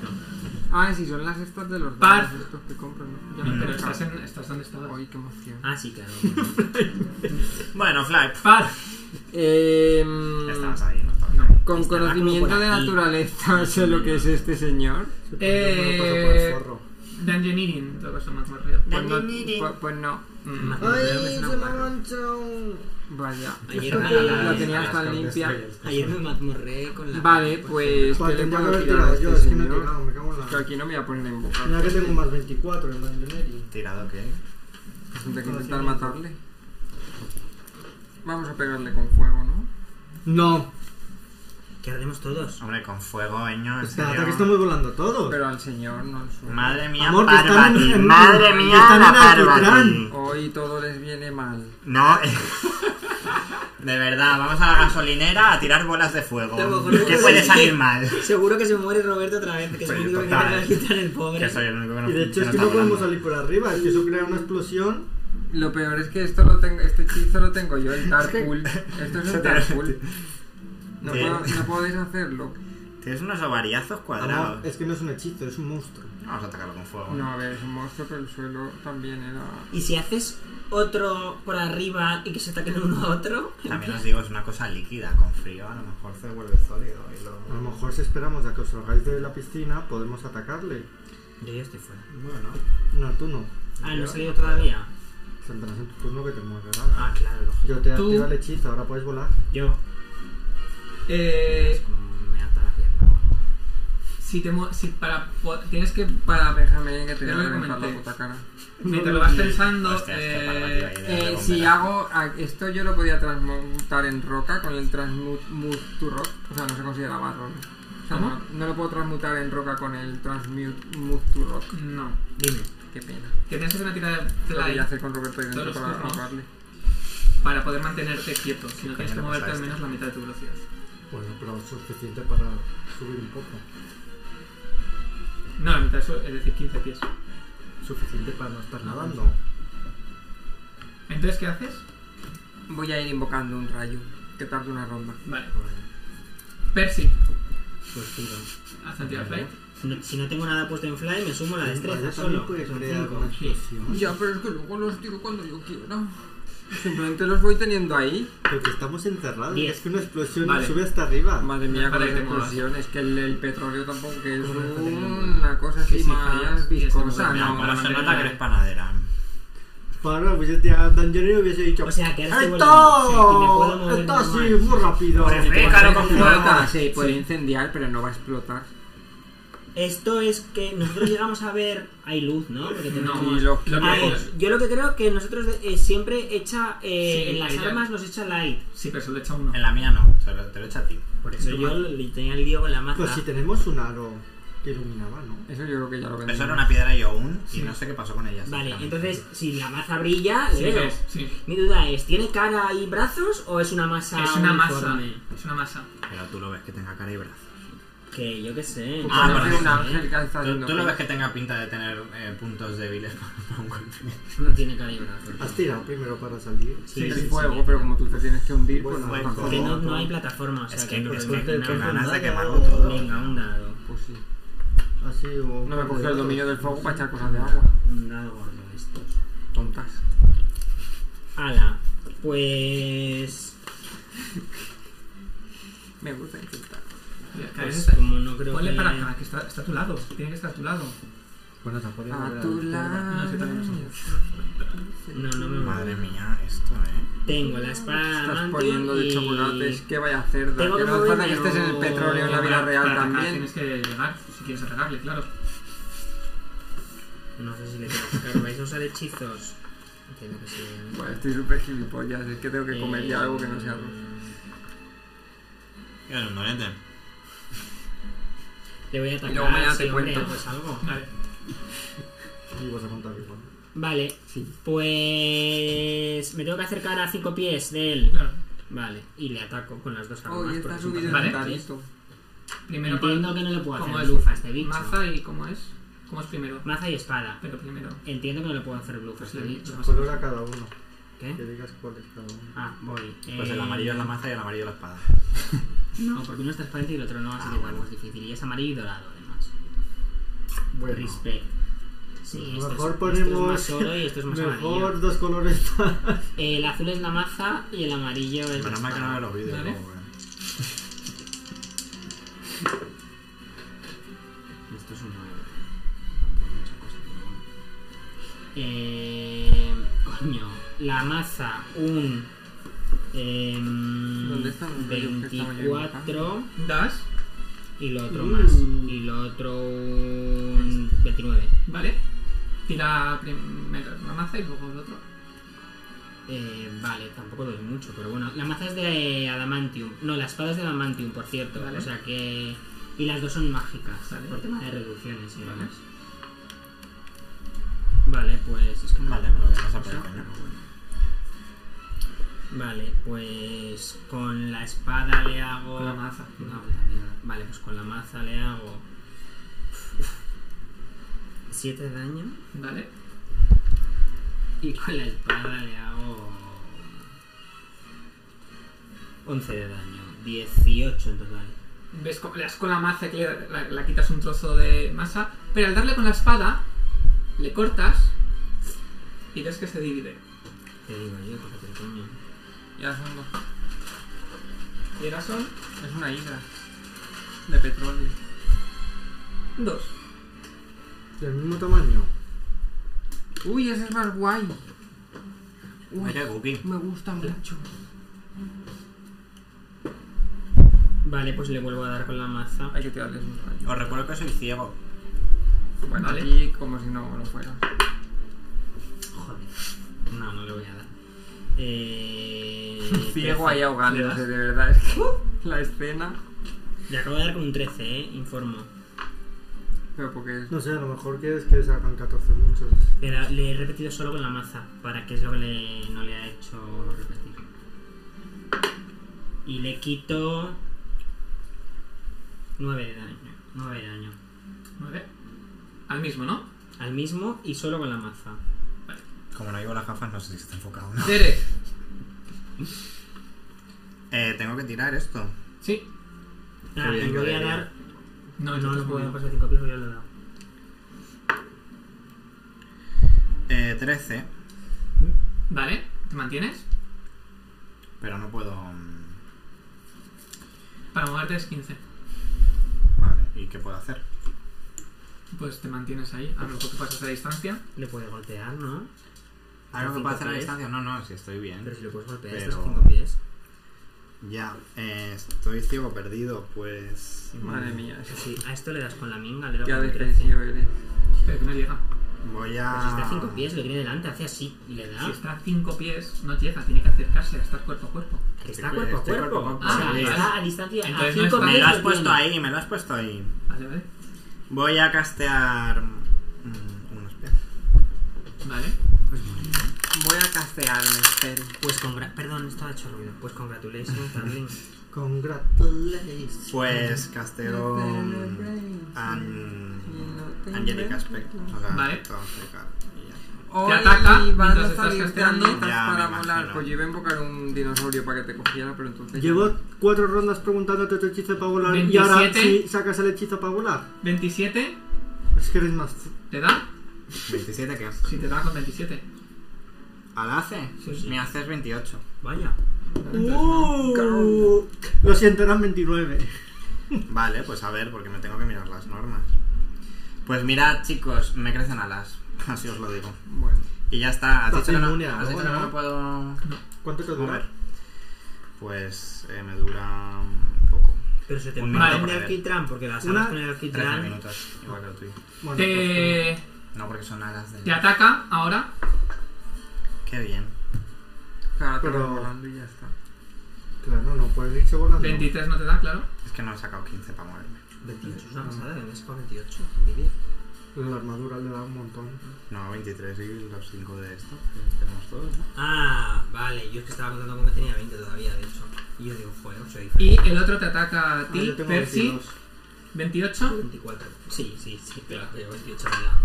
Ah, sí, son las estas de los
Par.
dados estos que compran. ¿no?
Ya, pero estás, en, estás donde estabas.
Ay, qué emoción.
Ah, sí, claro.
Bueno, Fly,
Par.
Eh,
estabas ahí, no estabas.
No.
con
Estaba
conocimiento
como este por
de
aquí.
naturaleza, sé lo que es este señor.
Sí, pero yo me lo paso por
Eh,
el forro.
De engineering, en todo caso, más rápido.
Pues no.
Mire.
Pues, pues no. Mm,
Más-
¡Ay,
no,
se me
no,
ha
no.
manchado!
vaya.
Ayer
Esto
me-
que
la
la tenías
las
tan limpia.
Ayer me mazmorré con la.
Vale, pues
Joder,
¿qué le
tendría que
puedo
haber
tirar a
tirado yo,
este
es que no he tirado,
señor?
me cago en
Que
la...
aquí no me voy a poner en boca.
Mira que tengo más 24 en Dungeoneering.
¿Tirado qué?
Pues
Tengo que intentar matarle. Vamos a pegarle con fuego, ¿no?
¡No!
Que ardemos todos.
Hombre, con fuego, ño, en
Espérate
serio.
que estamos volando todos.
Pero al señor no al suelo.
Madre mía,
Amor, que están
Parvati.
en-
Madre mía,
están
la
en
Parvati.
Alquitrán.
Hoy todo les viene mal.
No. De verdad, vamos a la gasolinera a tirar bolas de fuego.
A lo mejor no
¿Qué
puedo
puede
decir.
salir mal?
Seguro que se muere Roberto otra vez, que es el
Sí,
único que
total.
tiene que quitar el pobre.
Que soy el único que no
Y de hecho
que
es
no
que
está
no podemos
volando.
salir por arriba, es que eso crea una explosión.
Lo peor es que esto lo tengo, este hechizo lo tengo yo, el Tarpool. Esto es
Se
un
te-
Tarpool. No,
Sí.
puedo- no podéis hacerlo.
Tienes unos ovariazos
Amor,
cuadrados.
es que no eh. es un hechizo, es un monstruo.
Vamos a atacarlo con fuego.
No, a ver, es un monstruo, pero el suelo también era.
Y si haces otro por arriba y que se ataquen uno a otro.
También os digo, es una cosa líquida, con frío a lo mejor se vuelve sólido y lo...
A lo mejor si esperamos a que os salgáis de la piscina, podemos atacarle.
Yo ya estoy fuera.
Bueno,
No, tú no.
Ah, no he
Yo-
salido todavía.
Saldrás en tu turno que te mueres.
Ah, claro, lógico.
Yo te
Tú-
activa el hechizo, ahora puedes volar.
Yo. Es
Eh,
como me ata la pierna.
si te mu- si para po- tienes que para
Déjame que te voy
Ya
a
lo
reventar la
comenté.
puta cara.
mientras te lo vas pensando
Hostia, es que Parvati va a
eh,
ir de
Eh,
bombera.
si hago a- esto yo lo podía transmutar en roca con el transmute to rock, o sea no se considera barro. ¿no? O sea,
¿Cómo?
no, no lo puedo transmutar en roca con el transmute move to rock.
no
Dime.
Qué pena.
tenías que hacer una tirada de
Lo voy a
fly
hacer con Roberto ahí dentro
Todos
para
los turnos.
robarle.
para poder mantenerte quieto si no tienes que
le pasa
moverte
a
al
este?
menos la mitad de tu velocidad
Bueno, pero suficiente para subir un poco.
no la mitad de su- es decir 15 pies
Suficiente para no estar nadando.
entonces ¿qué haces?
Voy a ir invocando un rayo que tarde una ronda.
vale Percy
Pues tira.
haz un tiro de fly
No- si no tengo nada puesto en fly, me sumo a la destreza
Vaya, también
solo.
puede
Son
crear
cinco.
una explosión.
Ya, pero es que luego los tiro cuando yo quiera. Simplemente los voy teniendo ahí.
Porque estamos enterrados.
Diez.
Es que una explosión
Vale.
sube hasta arriba.
Madre mía, con
Para
las
que te muevas.
explosiones, que el, el petróleo tampoco que es
Como el petróleo.
una cosa
Que
así
si
más
fallas, tienes que
viscosa.
mover.
Mira,
No,
Vamos.
como se
mantener
nota que
la-
eres panadera.
Para, pues yo te a Dungeonero hubiese dicho.
O sea, que ahora estoy volando. Sí, y me puedo
¡Esto!
mover
¡Esto así,
normal.
muy rápido! Pues,
Por
Sí,
fin, claro,
puedo
con
hacer
fuego.
nada.
se puede incendiar, pero no va a explotar.
Esto es que nosotros llegamos a ver. Hay luz, ¿no? Porque tenemos.
Y lo-
lo
Ah,
que-
eh, yo lo que creo que nosotros eh, siempre echa. eh,
Sí,
en las
ella-
armas nos echa light.
sí pero solo echa uno
En la mía no, se lo- te lo echa a ti.
Por eso yo le tenía el lío con la maza.
Pues si tenemos un aro que iluminaba, ¿no?
Eso yo creo que ya lo vendí.
Eso era una piedra yo aún y
Sí.
no sé qué pasó con ella.
Vale,
exactamente.
entonces si la maza brilla,
sí,
le veo.
ves, sí.
Mi duda es, ¿tiene cara y brazos o es una masa?
es una masa
uniforme?
es una masa
Pero tú lo ves que tenga cara y brazo.
Que yo qué sé.
Ah,
Ah,
pero
pero
sí,
un ángel que está
Tú,
haciendo.
tú lo ves que tenga pinta de tener eh, puntos débiles para un golpe.
No tiene cara y brazos.
Has tirado primero para salir.
el fuego, pero como tú te tienes que hundir, pues no
Fuego.
tampoco.
Porque no, no hay plataforma, o sea,
Es que,
por
es
lo
que,
menos
que
un dado.
ganas de quemarlo todo.
Venga, un dado.
Pues sí.
Así o.
No me cogió el dominio del fuego para echar cosas de
Un
agua.
dado- Un dado gordo estos.
Tontas.
Ala, pues...
Me gusta intentar.
Mira, cada vez
pues
está-
como no creo
ponle
que...
para acá que está, está a tu lado tiene que estar a tu lado
Bueno, se ha podido
A
mover
tu
al-
no sé también no
lado.
somos
No, no me
Madre mía, esto, eh.
Tengo la espada
Estás
mantium
poniendo de
y-
chocolates. ¿Qué vaya a hacer? Da?
Tengo
Que
que
no hace falta que
moverme,
estés en el
no.
petróleo en la vida
Para-
real
para atacar
también.
tienes que llegar si quieres atacarle claro
No sé si le tengo que sacar. ¿Vais a usar hechizos? Entiendo que sí.
Bueno, estoy súper gilipollas. Es que tengo que comer
Eh,
ya algo que no sea arroz.
Mira, un morete.
Le voy a atacar.
Y luego mañana
sí,
te
hombre,
cuento.
pues algo.
vale
Y vas a contar igual.
Vale,
Sí.
pues. Me tengo que acercar a 5 pies de él.
claro
Vale, y le ataco con las dos armas.
Hoy
porque
está
son
subido
tan
en
Vale.
grandes.
tanto.
primero con
Entiendo que no le puedo
¿Cómo
hacer
es?
blufa a este bicho.
maza y cómo es cómo es primero
Maza y espada.
pero primero
Entiendo que no le puedo hacer blufa a
pues
este
le-
bicho.
lo vas a-
Color a cada uno.
¿Qué?
Que digas cuál es cada uno.
Ah, voy.
Pues el
Eh, Pues
amarillo es la maza y el amarillo la espada.
No, porque uno es transparente y el otro no, así
Ah,
que igual
bueno.
es difícil. Y es amarillo y dorado, además.
Bueno,
Respect. Sí, esto
mejor
es- esto es,
ponemos.
más oro y esto es más
mejor
amarillo. Eh,
dos colores para.
El azul es la maza y el amarillo es. la
Menos mal que no
espada.
veo los vídeos.
Vale.
luego, eh. weón.
Esto es un nuevo. Tampoco mucha cosa, pero bueno. Eh, coño, la masa, un. em,
¿Dónde están los rollos que estaba yo
24
Das,
y lo otro
Mm.
más. Y lo otro un 29.
¿vale? Tira primero una maza y luego el otro.
Eh, vale, tampoco doy mucho, pero bueno. La maza es de Adamantium. No, la espada es de Adamantium, por cierto.
Vale.
O sea que. Y las dos son mágicas,
Vale.
por tema de reducciones y
Vale.
demás. Vale, pues es que no-
Vale, me lo voy a pasar por el cañón.
Vale, pues con la espada le hago.
Con la maza.
No, puta mierda. Vale, pues con la maza le hago. 7 de daño.
¿Vale?
Y con la espada le hago. 11 de daño. 18 en total.
ves cómo le das con la maza que le- la, la quitas un trozo de masa, pero al darle con la espada, le cortas y ves que se divide.
Te digo yo, porque te coño.
Ya son dos.
Y ahora son
Es una isla. De petróleo.
dos.
Del mismo tamaño.
Uy, ese es más guay. Uy,
Mira, Cookie.
me gusta mucho.
Vale, pues le vuelvo a dar con la maza.
Hay que tirarles un rayo.
Os recuerdo que soy ciego.
Bueno,
Vale.
aquí como si no lo fuera.
Joder. No, no le voy a dar. Eh.
Ciego
13.
ahí ahogándose,
¿Le das?
de verdad. Es que uh, la escena.
Le acabo de dar con un 13, eh, informo.
Pero porque es.
No sé, a lo mejor quieres que sacan 14 muchos.
Le, da- le he repetido solo con la maza, para que es lo que le- no le ha hecho repetir. Y le quito 9 de daño. 9 de daño.
Vale. Al mismo, ¿no?
Al mismo y solo con la maza.
Como no llevo las gafas, no sé si está enfocado o no.
Derek.
Eh, tengo que tirar esto.
Sí.
Ah,
bien,
y
yo
voy a
diría.
dar.
No,
No,
no,
no,
no,
no puedo
no.
pasar 5 pies, pues ya lo he dado.
Eh, 13,
Vale. ¿Te mantienes?
pero no puedo. mm,
Para moverte es 15.
Vale, ¿y qué puedo hacer?
Pues te mantienes ahí. A lo mejor te pasas a la distancia.
Le puede golpear, ¿no?
¿Algo que
Cinco
puedo hacer a la
pies.
distancia? No, no, si estoy
Pero
bien.
si le puedes golpear
Pero-
estos 5 pies.
Ya, eh, estoy ciego perdido, pues.
Madre mía. es-
Sí, a esto le das con la minga, le das
Qué
con un 13.
defensivo eres.
Pero que no llega.
Voy
Pero si está
a.
a 5 Pues pies, lo tiene delante, hace así y le da.
Ah.
Si está a 5 pies, no llega. Tiene que acercarse a estar cuerpo a cuerpo.
Que está cuerpo a
Estoy cuerpo a
cuerpo.
cuerpo.
O sea,
Ah,
está
vale.
a distancia.
Entonces no
a 5
está-
pies.
Me lo has
lo
puesto
tiene.
ahí, me lo has puesto ahí.
Vale, vale.
Voy a castear. mm, unos pies.
Vale.
Voy a castearme, espero.
Pues congra... Perdón, estaba hecho ruido. Pues congratulations, darling.
Congratulations.
Pues casteo. mm, An... Angelic Aspect. O sea,
Vale.
todo cerca, y ya.
Hoy
ataca
van
mientras
a
estás
salir
casteando.
Ya,
granitas
me
para
imagino.
volar. Pues yo iba a invocar un dinosaurio para que te cogiera, pero entonces.
Llevo cuatro rondas preguntándote tu hechizo para volar y
27.
ahora sí sacas el hechizo para volar.
27.
Es que eres más.
¿Te da?
27 que es.
Si te da con 27.
¿Al hace?
Sí, sí.
Me haces 28.
Vaya.
Entonces, no.
Uh, lo siento, eran 29.
Vale, pues a ver, porque me tengo que mirar las normas. Pues mirad, chicos, me crecen alas. Así os lo digo.
Bueno.
Y ya está. ¿Has
Estás
dicho que no,
inmune a
has
algo,
dicho que no
¿no?
me puedo
¿Cuánto te
mover?
dura?
Pues eh, me dura un poco.
Pero se te
Un
prende
minuto
el
para ver.
alquitrán porque las
Una-
alas con el
13
alquitrán.
minutos, igual que lo tuyo.
Bueno, pues,
Te,
No, porque son alas de.
te ataca ahora.
Qué bien.
Claro, te
Pero-
vas volando y ya está.
pues, eh, Claro, no puedes irse volando.
23 no te da, claro.
Es que no he sacado 15 para moverme.
28 es una pasada, me con 28. sin vivir.
La armadura le da un montón.
No, 23 y los 5 de esto. que Tenemos todos, ¿no?
Ah, vale. Yo es que estaba contando con que tenía 20 todavía, de hecho. Y yo digo, joder, 8 diferencia.
Y el otro te ataca a
Ah,
ti,
yo tengo
Percy.
22.
28.
24. Sí, sí, sí, pero pero 28 me da.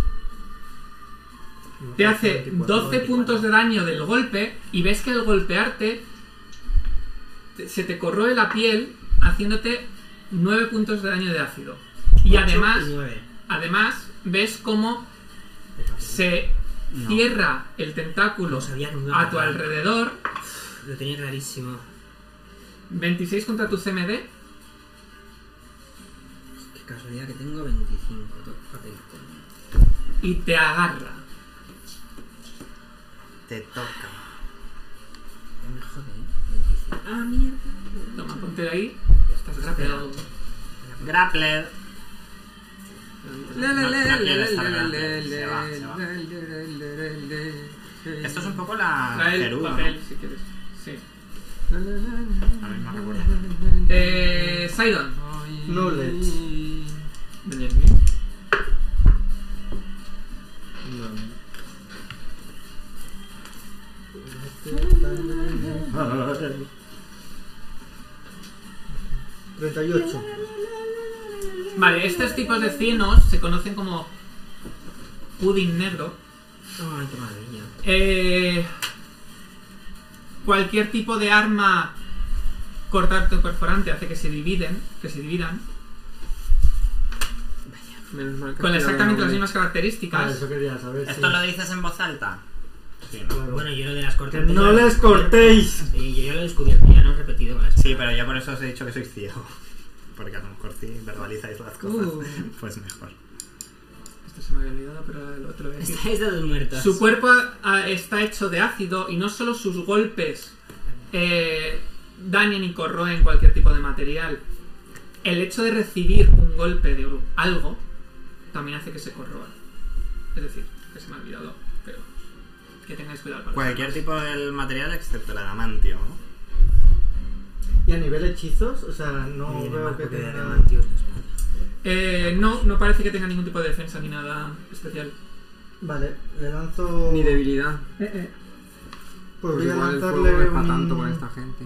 Te hace 12 puntos de daño del golpe y ves que al golpearte te- se te corroe la piel haciéndote 9 puntos de daño de ácido. Y además, además ves cómo se
No.
cierra el tentáculo
Lo sabía que me iba a
a tu
matar.
alrededor.
Lo tenía clarísimo.
26 contra tu CMD.
Qué casualidad que tengo 25. Tócate el culo.
y te agarra.
Te toca.
Ya me jode, ¿eh? 25. Ah, mierda.
Toma, ponte de ahí. Estás grapeado.
Grappler.
Le, le, le,
La
le,
piel está
le, le,
grande.
le,
Se va, se va.
le, le, le, le, le, le.
Esto es un poco la
Trae el
Gerudo, ¿no?
papel si quieres. Sí.
Le, le, le, le.
La misma recuerdo.
Eh, Sidon.
Knowledge.
Vale.
38.
Vale, estos tipos de cienos se conocen como pudding negro.
Ay, qué maravilla.
Eh, cualquier tipo de arma cortante o perforante hace que se dividen, que se dividan,
Menos mal que
con
estoy
exactamente
hablando
las
bien.
mismas
Ah,
características.
eso quería saber.
¿Esto
sí.
lo dices en voz alta? Sí, ¿no?
Claro.
Bueno, yo lo de las
que
cortantes.
no les cortéis.
Sí, yo ya lo he descubierto, ya no he repetido con las
Sí, pero yo por eso os he dicho que soy ciego. Porque a lo mejor si verbalizáis las cosas,
Uh.
pues mejor.
Esto se me había olvidado, pero lo otro es.
Estáis dados muertos.
Su cuerpo ah, está hecho de ácido y no solo sus golpes eh, dañan y corroen cualquier tipo de material. El hecho de recibir un golpe de algo también hace que se corroa. Es decir, que se me ha olvidado, pero que tengáis cuidado. para
Cualquier tipo del material excepto el adamantio, ¿no?
Y a nivel hechizos, o sea, no
Ni de
veo
Marco
que
que de
tenga.
Adamantium, la espada.
Eh, no, no parece que tenga ningún tipo de defensa ni nada especial.
Vale, le lanzo.
Ni debilidad.
Pues
Pues
voy a
igual el
lanzarle.
fuego no es para
un-
tanto con esta gente.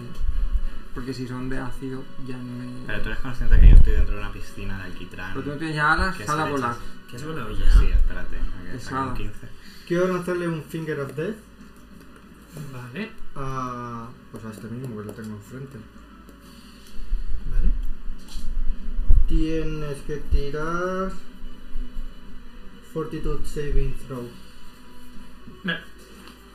Porque si son de ácido, ya me.
Pero tú eres consciente que yo estoy dentro de una piscina de alquitrán.
Pero tú no tienes ya alas,
¿Qué
sal a
se le
volar.
echa?
¿Qué has volado ya?
Sí, espérate. a que
Es
saque un
nada.
15.
Quiero lanzarle un Finger of Death
Vale,
a. Pues a este mismo que lo tengo enfrente.
vale.
Tienes que tirar. Fortitude Saving Throw.
Vale.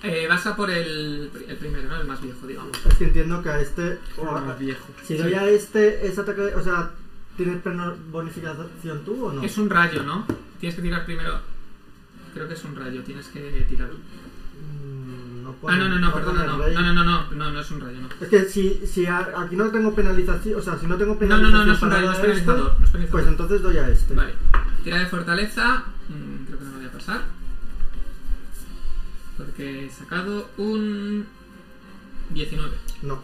Eh, vas a por el, pri- el primero, ¿no? El más viejo, digamos.
Es que entiendo que a este. o
Joder,
a-
viejo.
si doy a este, es ataque. O sea, ¿tienes penal- bonificación tú o no?
Es un rayo, ¿no? Tienes que tirar primero. Creo que es un rayo, tienes que tirarlo.
Mm, No
Ah,
pone-
no, no, no,
pone
perdona, no. No,
rey.
no, no, no, no, no es un rayo, no.
Es que si, si a- aquí no tengo penalización, o sea, si no
No,
tengo
no,
penalización
no, no es un
para
rayo, no es
Pues dar este,
penalizador. No es penalizador.
pues entonces doy a este.
Vale. Tira de fortaleza. Mm, creo que no lo voy a pasar. Porque he sacado un 19.
No.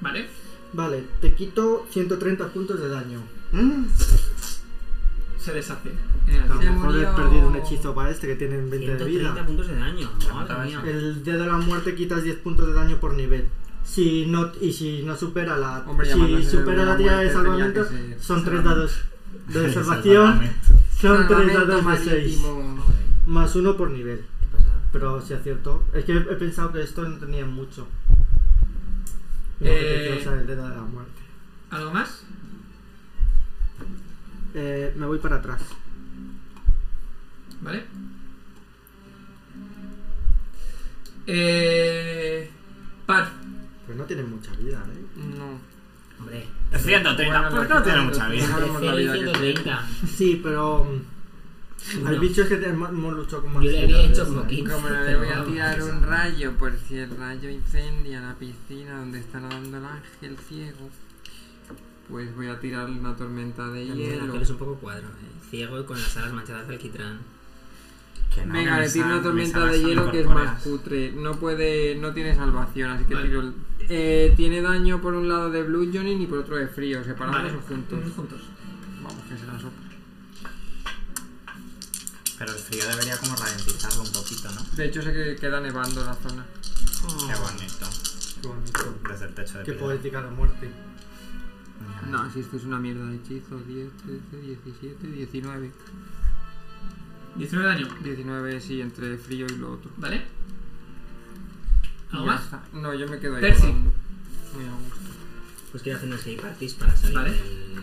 Vale.
Vale, te quito 130 puntos de daño.
Se deshace. en el
A lo
aire.
mejor
murió.
he perdido un hechizo para este que tiene 20 de
130
vida.
puntos de daño.
mataba
Madre mía.
El día de la muerte quitas 10 puntos de daño por nivel. Si no, y si no supera la,
Hombre,
si
llamarlas
supera
de
la
la
tirada de
muerte tenía que
salvamento,
ser
son 3
salvamento.
dados de salvación. Son 3
Salvamento
dados de 6.
marítimo.
Más 1 por nivel.
Qué pasada.
Pero sí acierto. Es que he he pensado que esto no tenía mucho. Y me
Eh.
apetecía usar el dedo de la muerte.
¿Algo más?
Eh, me voy para atrás.
¿Vale? Eh. Par.
Pues no tiene mucha vida, ¿eh?
No.
Hombre,
130, pues no tiene mucha vida.
Tenemos la vida que
prefiero 130.
Sí, pero. mm,
No.
Al bicho es que te mo- mo- luchó con más.
Yo le había
vida de
hecho
esa,
como
¿eh?
15.
Como no le
pero
voy a
vamos.
tirar un rayo, por si el rayo incendia la piscina donde está nadando el ángel ciego, pues voy a tirar una tormenta de
También el
hielo.
ángel es un poco cuadro, ¿eh? Ciego y con las alas manchadas de alquitrán.
Que no,
Venga,
que
le
mis
tiro una
al-
tormenta
mis alas
de
son
hielo que es más
corpóreas.
putre. No puede, no tiene salvación, así que
Vale.
tiro el... Eh, tiene daño por un lado de Blue Johnny y por otro de frío, separados
Vale.
o juntos.
Mm, Juntos.
Vamos, que se la sopla.
Pero el frío debería como ralentizarlo un poquito, ¿no?
De hecho, sé que queda nevando la zona.
Qué
Oh.
bonito.
Qué bonito.
Desde el techo de
Qué
piedra.
poética la muerte.
No, si esto es una mierda de hechizo. 10, 13, 17, 19.
19 daño,
19, sí, entre frío y lo otro.
¿vale?
Y
¿Algo
ya
más?
está. No, yo me quedo ahí.
Percy.
volando. Muy a gusto.
Pues quiero hacer unas gay parties para salir
Vale.
del.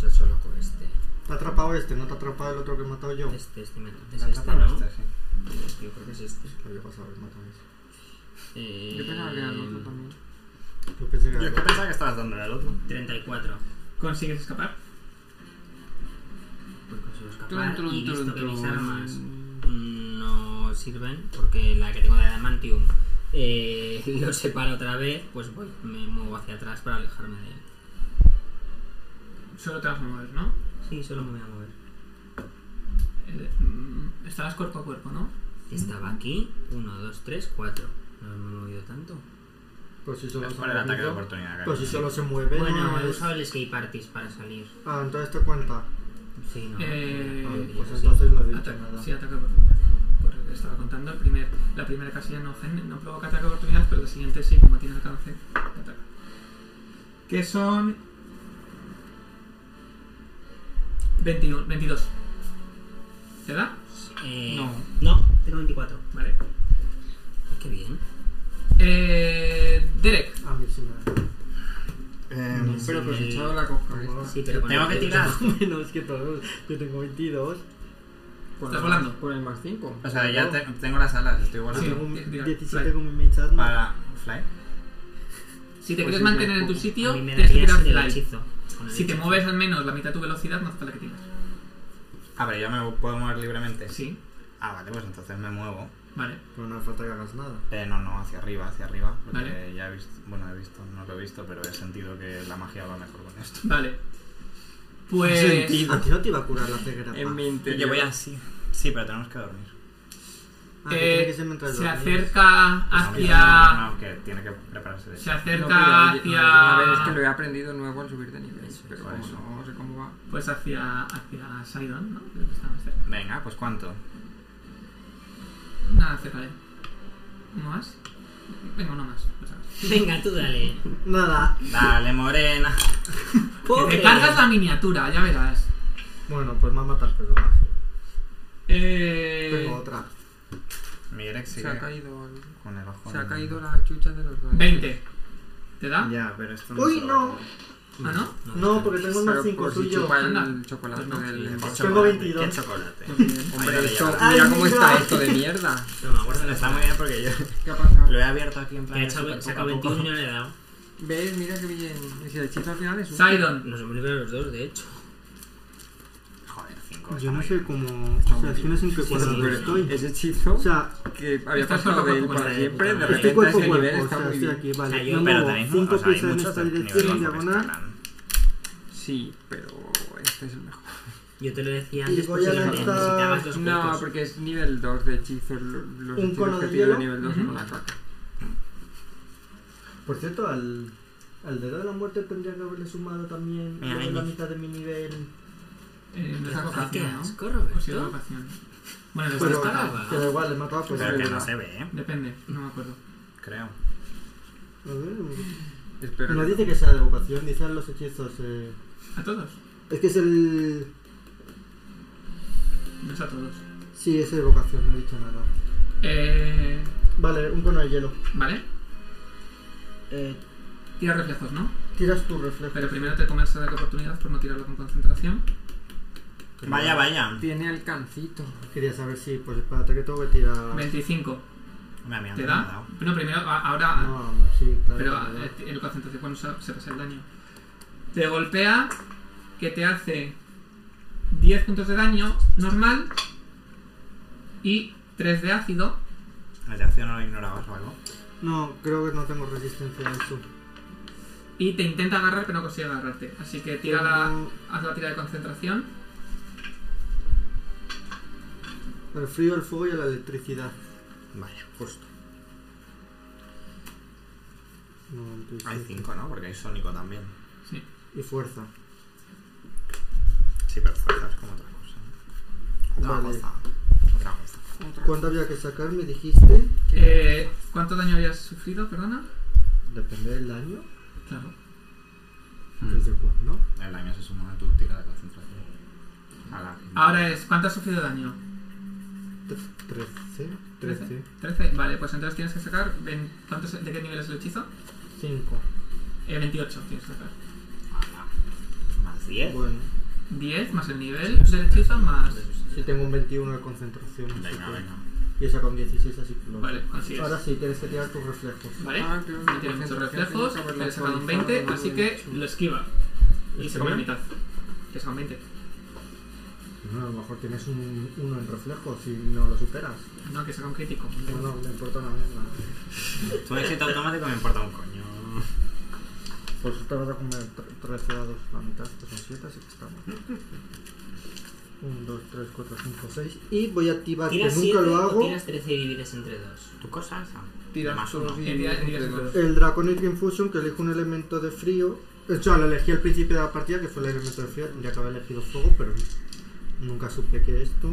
Yo solo con este.
Te ha atrapado este, no te ha atrapado el otro que he matado yo.
Este, este, me-
Me
es
ha
este,
atrapado
¿no?
este, sí.
Este, yo creo que es este.
Lo había pasado, he matado este. ese.
Eh,
Yo pensaba que era el otro también.
Yo pensé que
Yo
era
es que pensaba que estabas dando al otro.
34.
¿Consigues escapar?
Pues consigo
Trun,
escapar
trun,
y visto
trun,
que mis
trun.
armas no sirven porque la que tengo de adamantium eh, lo separa otra vez, pues voy, me muevo hacia atrás para alejarme de él.
Solo te vas a mover, ¿no?
Sí, solo me voy a mover.
Eh, mm, Estabas cuerpo a cuerpo, ¿no?
Estaba aquí, 1, 2, 3, 4. No me he movido tanto.
Pues si solo
Es
se
por el ataque de
movido-
oportunidad. que
Pues si
hay.
solo se mueve,
Bueno,
no
he
es-
usado el escape artist para salir.
Ah, entonces te cuenta.
Sí, no.
Eh,
Ah,
no,
pues
sí.
entonces no he dicho
Ataque-
nada.
sí, ataque de oportunidad. Por- estaba contando, el primer, la primera casilla no, gen- no provoca ataque de oportunidad, pero la siguiente sí, como tiene alcance, te ataca. Que son 21, 22. ¿Te da?
Eh,
No.
No, tengo 24.
Vale.
Ay, qué bien.
Eh, Derek,
A mí Ah, sí me da.
Eh,
Pero pues
Sí.
he echado la coca esta.
Sí, pero con
Tengo
el
que
pecho-
tirar.
Menos que todos. Yo tengo 22.
Por
Estás
el-
volando.
Por el más 5.
O sea, ya te- tengo las alas, estoy volando.
Sí.
tengo un
di- diga,
17
Fly.
con mi chat.
Para fly.
si te
Pues
quieres
sí,
mantener
me-
en tu
A
sitio,
mí me
tienes que tirar
daría sin el
fly.
hechizo. Con el
Si te
hechizo.
mueves al menos la mitad de tu velocidad, no hace falta que tiras.
Ah, pero yo me puedo mover libremente.
Sí,
Ah, vale, pues entonces me muevo.
vale.
Pero no hace falta que hagas nada.
Eh, no, no, hacia arriba, hacia arriba. Porque
Vale.
ya he visto, bueno, he visto, no lo he visto, pero he sentido que la magia va mejor con esto.
Vale. Pues.
A ti no te iba a curar la ceguera.
En
pa.
mi interior.
así. Sí, pero tenemos que dormir.
Ah, que tiene
Eh,
que ser mientras
se
dormís.
acerca
Pues no,
hacia.
No, no, que tiene que prepararse de
Se
hecho.
No, pero
acerca
oye, no, A ver, es que lo
hacia.
he aprendido nuevo al subir de nivel.
Eso,
Pero
por
como
eso.
no sé cómo va.
Pues hacia. hacia Sidon, ¿no? Creo que está más cerca.
Venga, pues ¿cuánto?
Nada, acercaré. ¿Uno más? Venga, uno más. por si acaso.
Venga, tú dale.
Nada.
Dale, morena.
Que
Pobre.
te cargas la miniatura, ya verás.
Bueno, pues me ha matado el personaje.
Eh.
Tengo otra.
Mi Derek
Se ha
sigue
caído el-
con el ojo.
Se ha
en-
caído la chucha de los dos.
20. ¿Te da?
Ya, pero esto no se
¡Uy,
lo
no!
va a poner.
Ah, ¿no?
este,
No, porque tengo un más
Pero
5
por si
suyo.
chupa el
Anda.
chocolate
Pues no.
del...
Qué
Tengo
chocolate,
22.
Qué chocolate.
Pues bien.
Hombre,
Ahí
esto,
va, ya va.
Ay,
mira cómo
mira.
está esto de mierda.
No me acuerdo de
Está
esta.
muy bien porque yo
¿Qué ha pasado?
lo he abierto aquí en
Que ha
plan.
echado-
súper
he sacado
poco a poco.
21 y no le he dado.
¿Ves? Mira qué bien. Y si el hechizo al final es un...
Sidon.
Nos hemos librado los dos, de hecho.
Joder, 5.
Yo no sé cómo. O sea, es que no sé en qué
Sí,
cuadrado
sí, sí.
estoy.
Ese hechizo
O sea,
que había
Estás
pasado
poco a
de él
poco
para
con la
siempre,
puta
de
madre.
estoy
repente
cuerpo a
ese nivel
cuerpo. O
está
sea,
muy
estoy
bien.
aquí, vale.
O sea, yo-
Tengo
Pero tenéis
cinco
o sea, hay
piezas en
muchos
esta
de-
dirección,
niveles bajo que
diagonal.
escalan.
Sí, pero este es el mejor.
Yo te lo decía
Y
antes,
voy
pues
a
si
lanzar-
necesitabas los
No,
puntos.
porque es nivel 2 de hechizos. lo- Los
¿Un
hechizos
cono
que
de
tiene de
hielo?
nivel 2 son
Ujú.
una caca.
Por cierto, al, al dedo de la muerte tendría que haberle sumado también
Mira,
la
Benji.
mitad de mi nivel.
Eh, no es
Ay,
Ay, qué
vocación, ¿no?
Pues asco,
O si es
Roberto.
vocación. Bueno,
Pero-
después está.
Que da igual, le he matado pues.
Pero que no
verdad.
se ve, ¿eh?
Depende, no me acuerdo.
Creo.
No
Espero. que-
dice que sea de vocación, dice los hechizos. eh.
¿A todos?
Es que es el.
No es a todos.
Sí, es de vocación, no he dicho nada.
Eh.
Vale, un cono de hielo.
Vale.
Eh,
Tira reflejos, ¿no?
tiras tu reflejo.
Pero primero te comes la oportunidad por no tirarlo con concentración.
Vaya, vaya.
Tiene alcancito.
Quería saber si, pues espérate que tengo que tirar.
25.
Hombre, a mí
¿Te
antes me ha
da?
dado.
No, primero, a- ahora.
No, no, sí, claro.
Pero
que me da.
eh, en concentración cuando se, se pasa el daño. Te golpea, que te hace 10 puntos de daño normal y 3 de ácido.
La reacción no lo ignorabas o algo.
No, creo que no tengo resistencia a eso.
Y te intenta agarrar, pero no consigue agarrarte. Así que tira la,
Tengo-
haz la tira de concentración.
El frío, el fuego y la electricidad.
Vaya, justo.
No, entonces-
Hay 5, ¿no? Porque hay sónico también.
Sí.
Y fuerza.
Sí, pero fuerza es como otra cosa. Otra
Vale.
cosa. Otra cosa.
Otra.
¿Cuánto había que sacar? Me dijiste.
Eh, ¿Cuánto daño habías sufrido? Perdona.
Depende del daño.
Claro.
¿Desde cuándo?
Mm. El daño se suma a tu tira de concentración. Ala.
Ahora es, ¿cuánto has sufrido daño?
13.
Trece.
13.
13. Vale, pues entonces tienes que sacar. vein- ¿cuántos- ¿De qué nivel es el hechizo?
5.
Eh, 28 tienes que sacar.
Más 10.
Bueno,
10 más el nivel del hechizo más.
si tengo un 21 de concentración. así
Venga,
que-
venga.
Y he sacado un 16, así que lo.
Vale, así es.
Ahora sí, tienes que tirar tus reflejos.
Vale.
Ah, claro,
No tiene muchos
concentración,
reflejos,
tengo que
le he
haberla
sacado un
actualizado,
20,
no lo
así
he
que
hecho.
lo esquiva. Y se come la mitad. Que saca un 20.
No, a lo mejor tienes un 1 en reflejos y no lo superas.
No, que saca un crítico.
No, no, me importa una mierda.
Tu éxito automático me importa un coño.
Por eso te vas a comer 13 dados la mitad, que son 7, así que estamos. 1, 2, 3, 4, 5, 6. Y voy a activar, que
Tiras
nunca
7
lo
o
hago,
tiras 13 y divides entre 2.
Tu cosa esa.
Tiras
Más
todos
uno.
y-
Eh, tira- tira-
y-
tira-
el Draconic Infusion, que elijo un elemento de frío. De hecho, lo elegí al principio de la partida, que fue el elemento de frío. Tendría que haber elegido fuego, pero nunca supe que esto.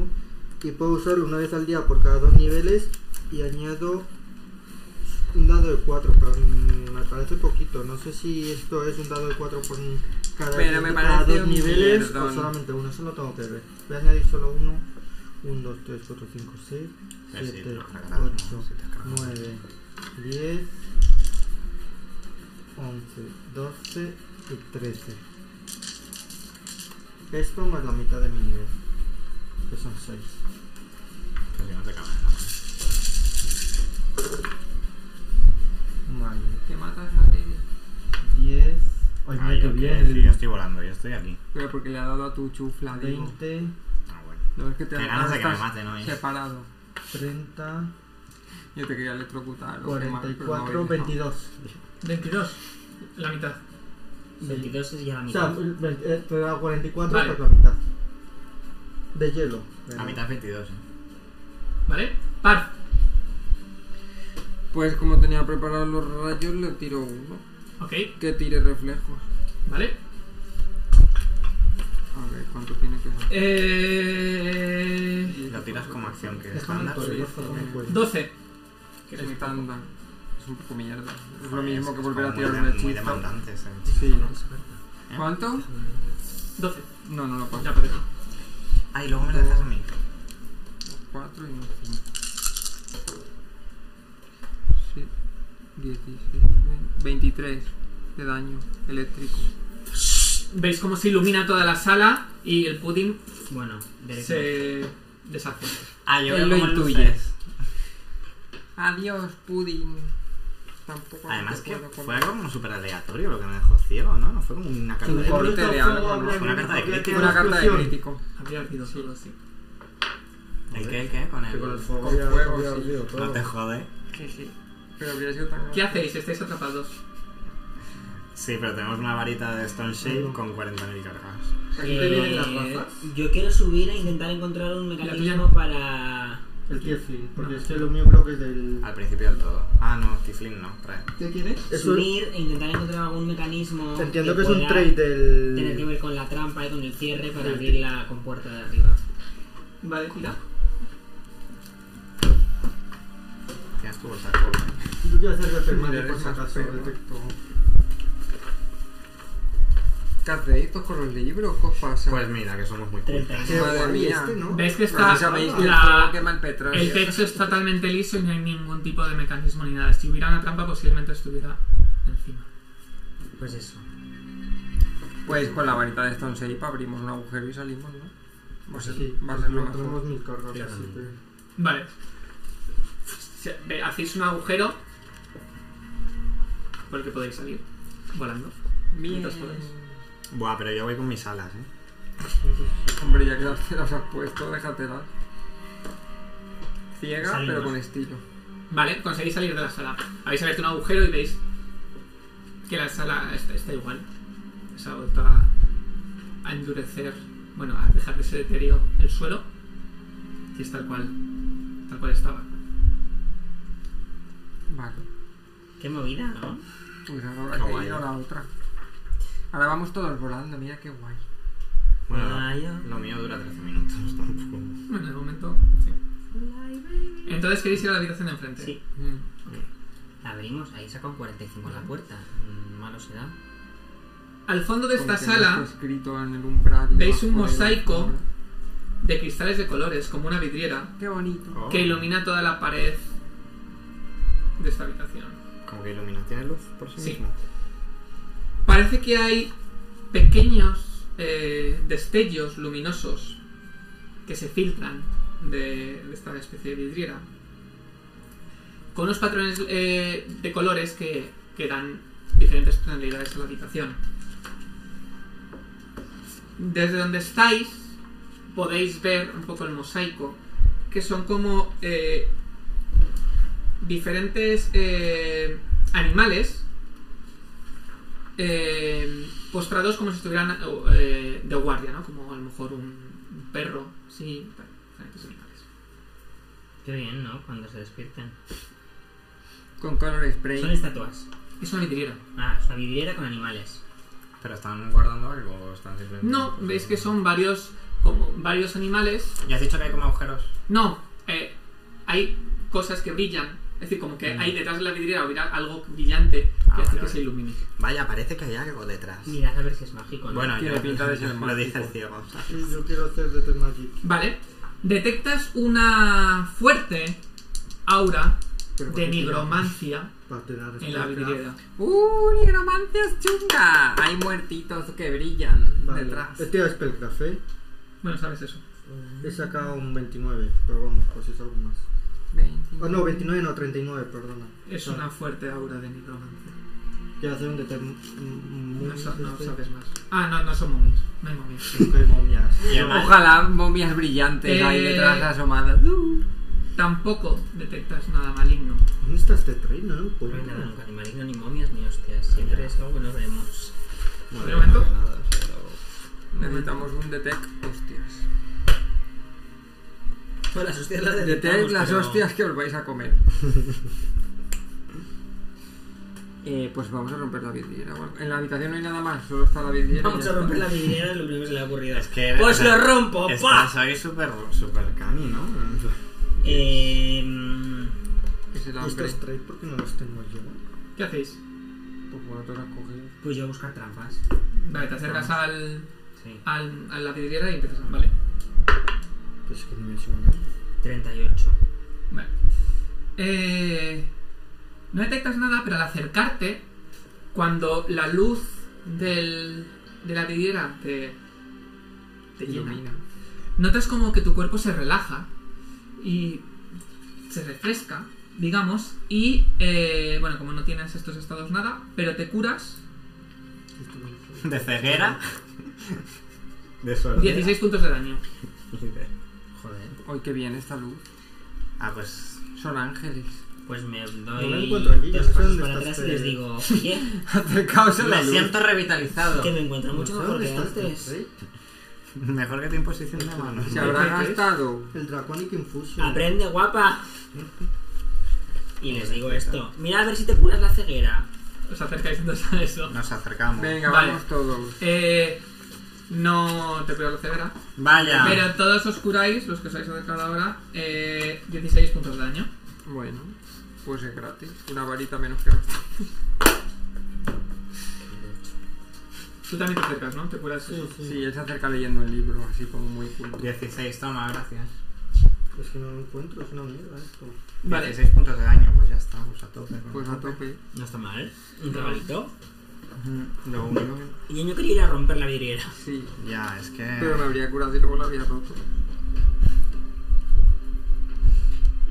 Y puedo usarlo una vez al día por cada dos niveles. Y añado un dado de 4, pero mm, me parece poquito. No sé si esto es un dado de 4 por cada,
Pero me
cada
parece
dos
un
niveles o
mierdón.
solamente uno. Eso lo tengo que ver. Voy a añadir solo uno. 1, 2, 3, 4, 5, 6,
Sí, sí,
7,
te lo cargarás, ¿no?
8,
Sí, te has cargado.
9, 10, 11, 12 y 13. Esto más la mitad de mi nivel, que son 6.
Que si no te cabe nada.
Vale,
Te matas a Lady.
10,
Ay, mira,
Ah,
qué
yo qué,
bien.
sí, yo estoy volando, yo estoy aquí.
Pero porque le ha dado a tu chufla, digo.
20,
Ah, bueno.
No es que te
Qué
ahora
ganas de que me
estás
maten
¿eh?
hoy.
Separado.
30,
Yo te quería electrocutar. o quemar, pero no
44,
habéis dejado.
22.
22. La mitad.
Sí.
22 es ya la
O sea,
mitad.
el- el- eh, te da 44
Vale.
por la mitad. De hielo.
La mitad es 22, ¿eh?
¿Vale? Par.
Pues como tenía preparados los rayos, le tiro uno.
Ok.
Que tire reflejos.
¿Vale?
A ver, ¿cuánto tiene que ser?
Eh,
Lo tiras como acción que es
Déjame el
estándar.
cuello,
sí,
por favor, el cuello.
12. Que
Es
es muy poco.
estándar. Es un poco mierda. Es lo
Joder,
mismo
es
que volver a
como
tirar
muy de-
un
Muy
hechizo.
demandante ese
Sí.
hechizo. ¿Eh?
¿Cuánto?
12.
No, no lo
Ya
paso.
parece.
Ah, y luego me lo dejas a mí.
Cuatro y no cinco. Sí. 16, 20, 23 de daño eléctrico.
Veis cómo se ilumina toda la sala y el pudding
Bueno, derecho.
se deshace.
Ah, yo
Él
veo
lo
como
intuye.
luces.
Adiós, pudding. Tampoco.
Además que
recuerdo cómo-
fue algo como súper aleatorio lo que me dejó ciego, ¿no? No fue como una carta
un
de...
corte
Fue
de algo, ¿no?
una carta de crítico.
Una carta de crítico.
Habría ardido solo, sí.
¿El qué? ¿El qué? Con
Que con el
el...
fuego
Con
ya-
fuego,
ya
sí.
ardido todo.
No te jode.
Sí, sí. Pero habría sido tan.
¿Qué hacéis? Estáis atrapados.
Sí, pero tenemos una varita de Stone Shape con 40.000 cargas.
Eh,
las gafas?
yo quiero subir a intentar encontrar un mecanismo para.
El Tiefling, porque
No.
es que lo mío creo que es del.
Al principio del todo. Ah, no, Tiflin no, trae.
¿Qué quieres? Es un,
subir e intentar encontrar algún mecanismo.
entiendo que es
pueda
un trade
Tener que
del.
ver con la trampa y con el cierre para abrir la compuerta de arriba.
Vale, tira.
Tienes tu bolsa de cobre.
Yo quiero hacer de
Mira,
permanente
eres
por si
más
acaso
perro.
detecto.
¿Qué hacéis todos con los libros? ¿Qué os pasa?
Pues mira, que somos muy cool.
30.
Qué
Madre
guay
mía.
este, ¿no?
¿Veis que
Pero
está
si sabéis que el fuego
la,
quema el petróleo.
El techo es totalmente liso y no hay ningún tipo de mecanismo ni nada. Si hubiera una trampa, posiblemente estuviera encima.
Pues eso.
Pues con la varita de Stone Shape abrimos un agujero y salimos, ¿no? Va a ser,
Sí, pues,
va a ser lo
tenemos
mejor.
mil cargas,
Claro.
así que.
Vale. Se- ve- Hacéis un agujero por el que podéis salir volando.
Bien.
Mientras podáis.
Buah, pero yo voy con mis alas, ¿eh?
Hombre, ya que las te las has puesto, déjatelas. Ciega,
Salimos.
pero con estilo.
Vale, conseguís salir de la sala. Habéis abierto un agujero y veis que la sala está, está igual. Se ha vuelto a, a endurecer, bueno, a dejar de ser etéreo el suelo. Y es tal cual, tal cual estaba.
Vale.
Qué movida, ¿no?
Pues ahora habrá
Qué
que
guay.
ir a la otra. Ahora vamos todos volando, mira qué guay.
Bueno,
Vaya.
lo mío dura 13 minutos tampoco.
Bueno, de momento, sí. Entonces queréis ir a la habitación de enfrente.
Sí.
Mm.
La abrimos, ahí saca un 45 en la puerta. Mm, Malo será.
Al fondo de esta
Con que no
sala
esté escrito en el umbral y
veis
bajo
un
de la
mosaico
alfombra.
de cristales de colores, como una vidriera,
Qué bonito.
Oh.
que ilumina toda la pared de esta habitación.
Como que ilumina. ¿Tiene luz por sí,
Sí.
mismo?
Parece que hay pequeños eh, destellos luminosos que se filtran de, de esta especie de vidriera. Con unos patrones eh, de colores que, que dan diferentes tonalidades a la habitación. Desde donde estáis podéis ver un poco el mosaico, que son como eh, diferentes eh, animales eh, postrados como si estuvieran eh, de guardia, ¿no? Como a lo mejor un, un perro, sí, tal, diferentes animales.
Qué bien, ¿no? Cuando se despiertan.
Con color spray.
Son estatuas.
Es una vidriera.
Ah, es una vidriera con animales.
¿Pero están guardando algo o están simplemente.?
No,
pues,
veis que son varios, como varios animales.
¿Y has dicho que hay como agujeros?
No, eh, hay cosas que brillan. Es decir, como que
Mm.
hay detrás de la vidriera hubiera algo brillante
Ah,
que hace
vale,
que
vale.
se ilumine.
Vaya, parece que hay algo detrás.
Mirad a ver si es mágico, ¿no?
Bueno,
Tiene
yo,
pinta de ser
lo dice
mágico.
el ciego.
Sí, yo quiero hacer de Magic.
Vale. Detectas una fuerte aura de nigromancia
Para tener
en la vidriera.
¡Uh! ¡Nigromancias chunga! Hay muertitos que brillan
Vale.
detrás.
He tirado Spellcraft, ¿eh?
Bueno, sabes eso.
He sacado un 29, pero vamos, pues es algo más.
Veintinueve.
Oh, no, 29, no, 39, perdona.
Es
Vale.
una fuerte aura de nigromancia.
Quiero hacer un determin...
No, sa- no sabes más. Ah, no, no son momias. No hay momias.
Qué momias.
Y el ma-
Ojalá momias brillantes
Eh.
ahí detrás asomadas. Uh.
Tampoco detectas nada maligno.
¿Dónde está este terreno? No lo
No hay
encuentro.
nada nunca, ni maligno, ni momias, ni hostias. Siempre es algo que no vemos.
Bueno,
¿De momento?
no hay nada, pero-
Necesitamos un detect hostias.
Pues las hostias las
Detect
detectamos,
las
pero-
hostias que os vais a comer. Eh, pues vamos a romper la vidriera. o algo. En la habitación no hay nada más, solo está la vidriera. y
Vamos
ya
a
está.
romper la vidriera, es lo primero que se le ha ocurrido.
Es que.
¡Pues
o sea,
lo rompo,
es que
pa!
Soy súper super cani, ¿no?
Eh, mm,
Es el hambre.
Estos tres, ¿por qué no los tengo yo?
¿Qué hacéis?
Pues bueno, tú lo has cogido.
pues yo a buscar trampas.
Vale, te acercas al,
Sí.
al- a la vidriera y empiezas a... Vale.
Pues es que no me suena.
38.
Vale. Eh, no detectas nada, pero al acercarte, cuando la luz del, de la vidriera te, te llena,
Ilumina.
notas como que tu cuerpo se relaja y se refresca, digamos, y, eh, bueno, como no tienes estos estados nada, pero te curas
De ceguera. De sordera.
16 puntos de daño.
Joder.
Ay, qué bien esta luz.
Ah, pues.
Son ángeles.
Pues me
No la
doy
encuentro aquí,
dos
no sé
pasos
dónde
para
está
atrás y
este-
les digo, oye,
Acercaos a la
Me
luz.
siento revitalizado.
que me encuentro mucho
No sé
mejor
dónde
que
está este
antes.
rey.
Mejor que tu imposición de mano.
Se habrá
¿Qué es?
gastado.
El Draconic Infusion.
¡Aprende, guapa! Y les digo esto, mira a ver si te curas la ceguera.
Os acercáis entonces a eso.
Nos acercamos.
Venga,
Vale.
vamos todos.
Eh, no te cuido la ceguera.
Vaya.
Pero todos os curáis, los que os habéis acercado ahora, eh, 16 puntos de daño.
Bueno, pues es gratis. Una varita menos que gastar.
Tú también te acercas, ¿no? Te curas eso.
Sí, sí.
Sí, él se acerca leyendo el libro, así como muy culto.
16, toma, gracias.
Es que no lo encuentro, es una mierda esto.
Vale.
16 puntos de daño, pues ya estamos a tope. ¿no?
Pues a tope.
No está mal. Un regalito.
Ujú. Lo único que-
Y yo quería ir a romper la vidriera.
Sí.
Ya, es que.
Pero me habría curado y luego lo habría roto.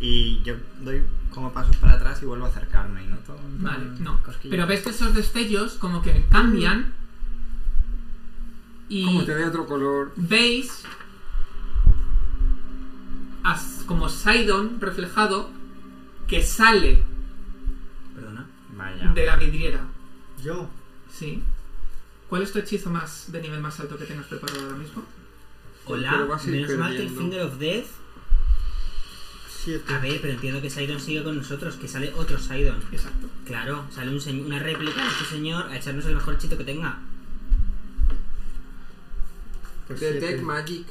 Y yo doy como pasos para atrás y vuelvo a acercarme y noto.
Vale,
un
no.
cosquilleo.
Pero ves que esos destellos como que cambian y
Como te dé otro color.
veis as- como Sidon reflejado que sale
Perdona.
Vaya.
de la vidriera.
Yo.
Sí. ¿Cuál es tu hechizo más de nivel más alto que tengas preparado ahora mismo?
Hola,
Pero vas a ir
menos mal que el
perdiendo.
Finger of Death.
7.
A ver, pero entiendo que Sidon sigue con nosotros, que sale otro Sidon.
Exacto.
Claro, sale un señ- una réplica de este señor a echarnos el mejor chito que tenga.
Pues
Detect
siete.
Magic.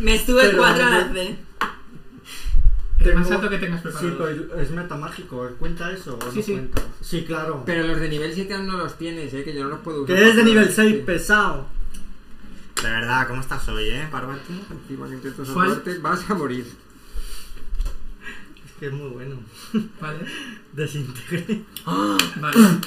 Me estuve
Pero
cuatro a
no-
la C.
El
Tengo-
más alto que tengas preparado.
Sí, pero es metamágico. ¿Cuenta eso o
Sí,
no
sí.
cuenta? Sí, claro.
Pero los de nivel 7 aún no los tienes, eh, que yo no los puedo usar.
Que es de nivel 6, pesado.
De verdad, ¿cómo estás hoy, eh, Parvati?
Encima que intento
¿Cuál?
salvarte, vas a morir.
Es que es muy bueno.
Vale.
Desintegre.
Vale.